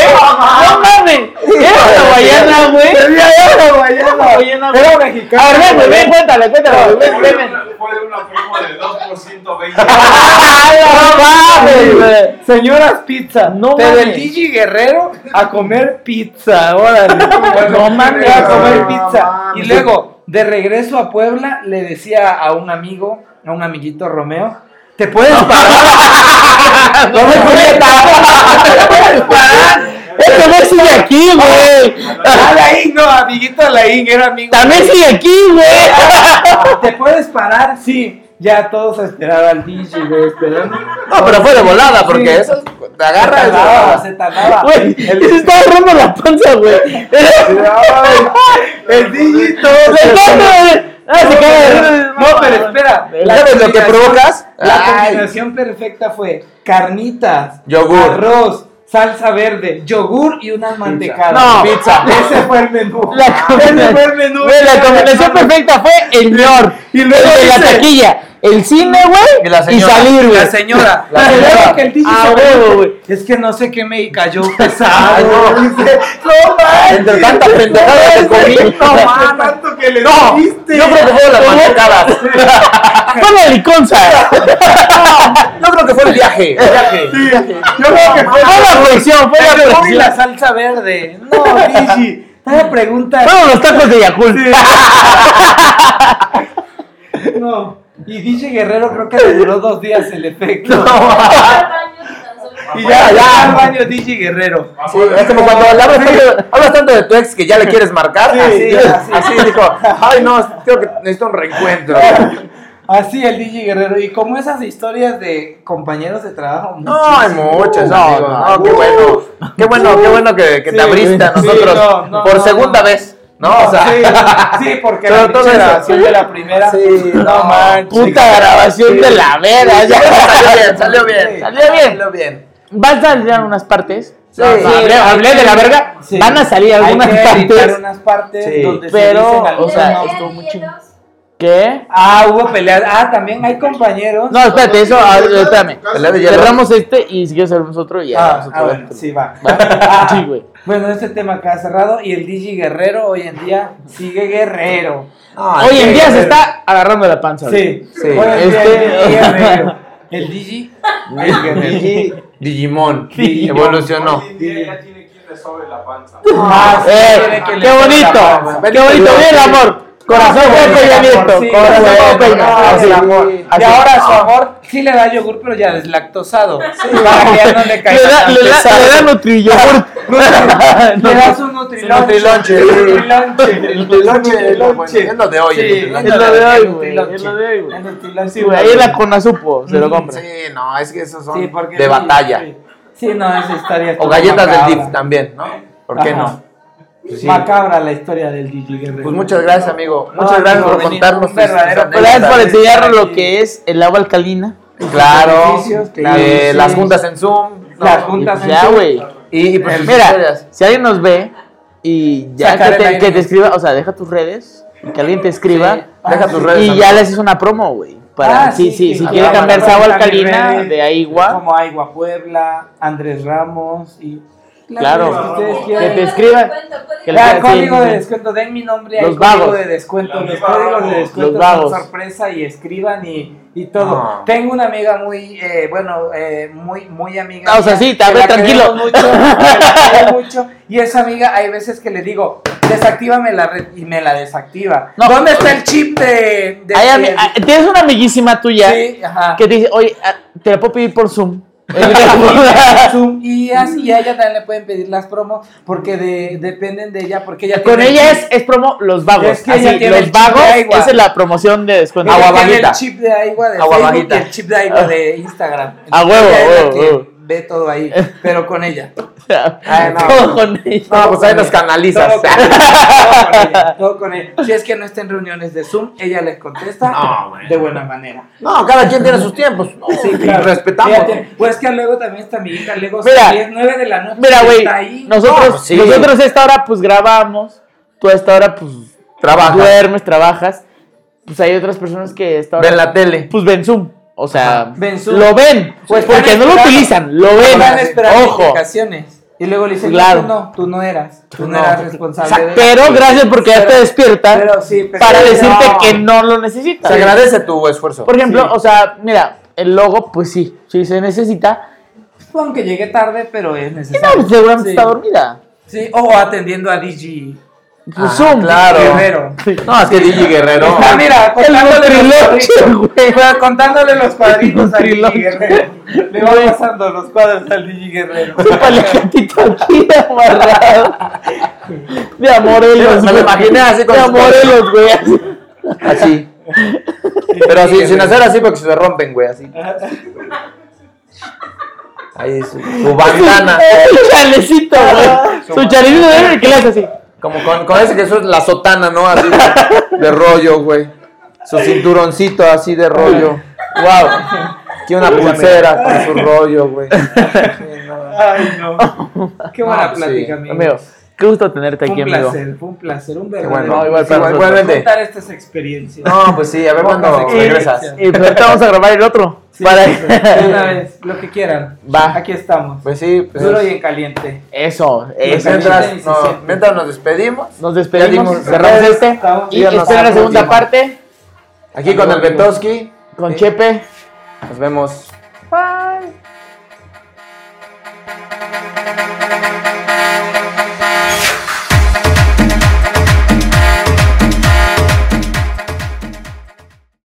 F: No mames. Era una guayana, güey. Era una guayana, güey.
B: Era
F: A
B: mexicano.
F: ver, ven, ven, cuéntale, cuéntale. Ven, ven, ven.
A: Fue una promo de 2 por 120.
F: Ah, no mames, güey.
B: Señoras pizza.
F: No
B: Pero
F: mames.
B: el Digi Guerrero a comer pizza. Órale.
F: No mames.
B: A comer
A: No
B: pizza.
A: mames.
B: Y luego, de regreso a Puebla, le decía a un amigo, a un amiguito Romeo, ¿te puedes parar?
F: No me cuenta. Este güey sigue aquí, güey.
B: Alain, no, amiguito Alain, era amigo.
F: También sigue aquí, güey.
B: ¿Te puedes parar? Sí. Ya todos a esperar al Digi, güey, esperando.
C: No, pero fue de volada, porque
B: Sí.
C: eso. Te
B: Se
C: agarra eso.
B: tardaba, se tardaba.
F: Güey, se está agarrando la panza, güey.
B: El Digi todo
F: Se
B: se-
F: come. Ah, se cae.
B: No, pero espera. la
C: ¿Sabes lo que
B: combinación-
C: provocas?
B: La
C: Ay.
B: combinación perfecta fue carnitas,
C: Yogur.
B: arroz, salsa verde, yogur y unas mantecadas.
F: No.
B: pizza. Ese fue el menú.
F: La
B: Ese fue el
F: combinación,
B: menú.
F: Güey, la combinación perfecta fue el ñor.
B: Y luego
F: el de la
B: dice-
F: taquilla. el cine,
C: Y
F: güey,
C: la
F: y,
C: señora.
F: salir, güey.
B: La señora. Pero
C: La señora.
B: luego que el DJ
F: Ah,
B: se
F: huevo,
B: pone-
F: güey.
B: Es que no sé qué me cayó
C: Ay,
B: pesado.
C: no, dice, no manches. Entre tanta pendejada que comí.
F: No mames.
A: Ah, tanto que le
C: No,
A: diste.
C: yo creo que fueron las mantecadas.
F: Ah, Fue la liconza.
C: Yo creo que fue el viaje.
A: Sí, yo creo que
F: Fue
A: fue.
F: la flexión, fue
B: Pero
F: la
B: luego y la
F: flexión.
B: salsa verde. No, Gigi. Esa pregunta.
F: Fueron los tacos de Yakult.
B: No. Y DJ Guerrero creo que le duró dos días el efecto. Y ya,
C: Ya, ya.
B: ya al baño DJ Guerrero.
C: Sí, es como cuando le hablas, tanto, hablas tanto de tu ex que ya le quieres marcar.
B: Sí,
C: así,
B: así.
C: así dijo, ay no, creo que necesito un reencuentro.
B: Así el DJ Guerrero. Y como esas historias de compañeros de trabajo.
C: No, hay
B: muchísimo.
C: muchas,
F: No,
C: amigo.
F: no,
C: No, qué bueno. Qué bueno, qué bueno que, que
B: Sí,
C: te abriste a
B: sí,
C: nosotros
B: no, no,
C: por
B: no,
C: segunda
B: no.
C: vez. No, o sea,
B: sí, sí, porque
C: Pero
B: la
C: todo
B: lechera
C: eso.
B: siempre la primera.
C: Sí, no,
B: no manches.
F: Puta grabación de la vera. ya.
C: salió bien, salió bien.
F: Salió bien.
C: Salió bien.
F: ¿Vas a
B: Mm.
F: salir algunas partes? Ah,
C: Sí.
F: hablé, hablé de la verga.
B: Sí.
F: Van a salir
B: Hay
F: algunas
B: que editar
F: partes.
B: unas partes
C: Sí.
B: donde
F: Pero,
B: se dicen
F: o
B: algunas
F: sea,
B: no.
F: estuvo muy chingón. ¿Qué?
B: Ah, hubo peleas. Ah, también hay compañeros.
F: No, espérate, eso, ah, espérame.
C: Pelea de hielo.
F: Cerramos este y si quieres cerramos otro y ya.
B: Ah,
F: vamos
B: ah,
F: otra vez.
B: bueno, sí, va.
F: Va. Sí, güey.
B: Bueno, este tema acá cerrado y el DJ Guerrero hoy en día sigue Guerrero.
C: Ay,
F: Hoy
B: Ah,
F: en
C: qué
F: día se
C: ver-
F: está agarrando la panza. güey.
B: Sí,
C: Sí,
B: Hoy en día
F: este-
B: el DJ Guerrero. El DJ. El Guerrero.
C: Digi- Digimon
B: Digimon.
C: evolucionó.
A: Hoy en día ya tiene quien le sobe la panza.
B: Ah, sí,
F: Eh,
B: quiere que le toque
F: qué
B: la
F: bonito,
B: panza.
F: qué bonito, bien el amor. Corazón
B: Ah,
F: fue
B: bueno,
F: Peña
B: el
F: Nieto,
B: amor, sí,
F: corazón fue
B: bueno,
F: Peña.
B: ah,
F: Así.
B: el amor.
F: así.
B: Y ahora su amor sí le da yogur, pero ya deslactosado. Para que ya no le caiga
F: Le da,
B: tan
F: le da,
B: pesado.
F: le da Nutri-Yogurt.
B: Le das un Nutrilonche.
C: Nutrilonche, sí.
B: Nutrilonche.
C: Nutrilonche es lo bueno, es lo de hoy,
B: Sí,
C: el Nutrilonche.
F: Es lo de hoy, güey,
B: Nutrilonche.
F: es lo de hoy, güey.
B: El Nutrilonche.
F: Sí, güey, ahí en la Conasupo se lo compra.
C: Sí, no, es que esos son
B: Sí, porque-
C: de batalla.
B: Sí, Sí, no, esa historia
C: O galletas del DIF también, ¿no? ¿Por qué no?
B: Ajá.
C: Pues sí.
B: Macabra la historia del DJ Guerrero.
C: Pues muchas gracias, amigo. Muchas
B: No,
C: gracias
B: amigo,
C: por
B: venir,
C: contarnos.
B: un verdadero
C: tus
F: Gracias por
C: anécdotas.
F: enseñarnos lo que es el agua alcalina.
C: Claro,
B: Beneficios, claro,
C: eh,
B: sí.
C: las juntas en Zoom. ¿no?
B: Las
F: Y
B: juntas
F: pues ya,
B: en-
F: güey.
C: Y, y pues sus
F: Mira,
C: historias.
F: si alguien nos ve y ya
B: Sacar
F: que
B: el
F: te,
B: aire.
F: que te escriba, o sea, deja tus redes y que alguien te escriba
C: Deja tus redes.
F: Ah, y
C: amigo.
F: ya le haces una promo, güey. Para
B: Ah,
F: sí,
B: sí,
F: sí,
B: sí.
F: si
B: Ah,
F: quiere
C: bueno,
F: cambiar
B: bueno,
F: agua
B: también
F: alcalina
B: redes,
F: de agua,
B: Como Aigua Puebla, Andrés Ramos y.
F: Claro.
B: las que ustedes
F: Que
B: quieran.
F: te escriban. que le
B: Ah,
F: hagan-
B: código
F: sí,
B: de
F: sí.
B: descuento, den mi nombre ahí,
F: Los
B: código
F: vagos.
B: de descuento,
A: Los
B: los códigos
A: vagos.
B: de descuento
F: Los vagos.
B: son sorpresa y escriban y, y todo.
C: No.
B: Tengo una amiga muy, eh, bueno, eh, muy, muy amiga.
F: Ah, o
B: mía,
F: sea, sí, te
B: que
F: hablé
B: la
F: tranquilo.
B: queremos Mucho, que la quiero mucho, y esa amiga hay veces que le digo, desactívame la red y me la desactiva.
F: No.
B: ¿Dónde está el chip de...? de-
F: Hay ami-
B: de-
F: ah, tienes una amiguísima tuya
B: Sí, ajá.
F: que te dice, oye, ah, te la puedo pedir por Zoom.
B: Zoom, y así y a ella también le pueden pedir las promos porque de- dependen de ella porque ella
F: Con
B: tiene-
F: ella es, es promo Los Vagos.
B: Es que
F: Así,
B: ella tiene el
F: los
B: chip de
F: Vagos,
B: agua.
F: esa es la promoción de descuento.
B: Ella
C: Agua
B: tiene
C: bajita.
B: El chip de agua de
C: Agua
B: Facebook
C: bajita.
B: y el chip de agua de Instagram.
F: A huevo,
B: Ella es la
F: huevo,
B: que
F: huevo.
B: Ve todo ahí, pero con ella. Todo
C: Ay, no.
F: Todo con ella.
C: No, pues ahí nos canalizas.
B: con ella, todo con ella, todo con ella. Si es que no está en reuniones de Zoom, ella les contesta
C: No, bueno.
B: de buena manera.
C: No, cada quien tiene sus tiempos. No, sí, respetamos.
B: Ella tiene- Pues que luego también está mi hija, luego
F: Mira.
B: a 9 de la noche.
F: Mira, güey,
B: está ahí.
F: nosotros,
C: No, sí.
F: nosotros a esta hora pues grabamos, tú a esta hora pues
C: Trabaja.
F: duermes, trabajas, pues hay otras personas que a esta hora
C: Ven la tele.
F: pues ven Zoom, o sea,
B: Ajá, ven Zoom.
F: lo ven,
B: Pues
F: porque
B: están
F: no lo
B: esperando.
F: utilizan, lo ven,
B: Van a esperar
F: ojo,
B: notificaciones. Y luego le dicen,
F: Claro.
B: tú no, tú no eras, tú, no,
C: no.
B: eras responsable. de-
F: pero gracias porque ya te
B: Pero-
F: despierta
B: pero sí, pero-
F: para decirte
B: no.
F: que no lo
C: Se
F: necesitas.
C: agradece tu esfuerzo.
F: Por ejemplo,
B: Sí.
F: o sea, mira, el logo pues sí, sí se necesita,
B: Aunque llegué tarde, pero es
F: no,
B: necesario.
F: pues, seguramente
B: Sí.
F: está dormida.
B: Sí, o atendiendo a DJ
F: Pues,
C: Ah,
F: Zoom.
C: claro.
B: Guerrero.
C: No, es que Digi Guerrero.
B: Está, Ah, mira,
F: El
B: contándole los
F: Nutrilonche,
B: cuadritos.
F: güey.
B: Mira, Contándole los cuadritos al DJ
F: Nutrilonche.
B: Guerrero. Le va pasando los cuadros al DJ Guerrero.
F: Súpale gatito aquí amarrado. De amorelos.
C: Me lo
F: güey.
C: imaginé así con
F: De
C: sus
F: amorelos, güey. así.
C: Así. Pero así, sin hacer así porque se rompen, güey, así. Ahí su, su bandana.
F: Su chalecito,
B: Ah.
F: güey. Su chalecito de ver que le hace así.
C: Como con, con ese que eso es la sotana, ¿no? Así de, de rollo, güey. Su cinturoncito así de rollo. Wow. Tiene una pulsera con su rollo, güey.
B: Ay, no. Qué buena plática,
C: No, Ah, pues sí,
B: amigo.
F: Amigo. Qué gusto tenerte
B: Fue
F: aquí,
B: un
F: amigo.
B: placer, fue un placer, un
C: Qué
B: verdadero
C: bueno. Pues
B: placer
C: igual, pero igualmente.
B: contar estas experiencias.
C: No, pues sí, a ver
B: Pocas
C: cuando
B: experiencias.
C: regresas.
F: Y pues ahorita vamos a grabar el otro.
B: Sí,
F: para...
B: sí, sí, de una vez, lo que quieran.
C: Va.
B: Aquí estamos.
C: Pues sí, pues.
B: Duro y en caliente.
F: Eso,
C: pues
F: eso.
C: mientras,
B: Sí, sí,
C: no,
B: sí.
C: mientras nos despedimos,
F: Nos
C: Ya
F: despedimos,
C: dimos-
F: cerramos este.
B: Estamos-
F: Y
C: Díganos
F: espera la
C: algo,
F: segunda
C: Dima.
F: parte
B: Eh,
C: aquí con el Betoski,
F: con
C: Sí.
F: Chepe.
C: nos vemos.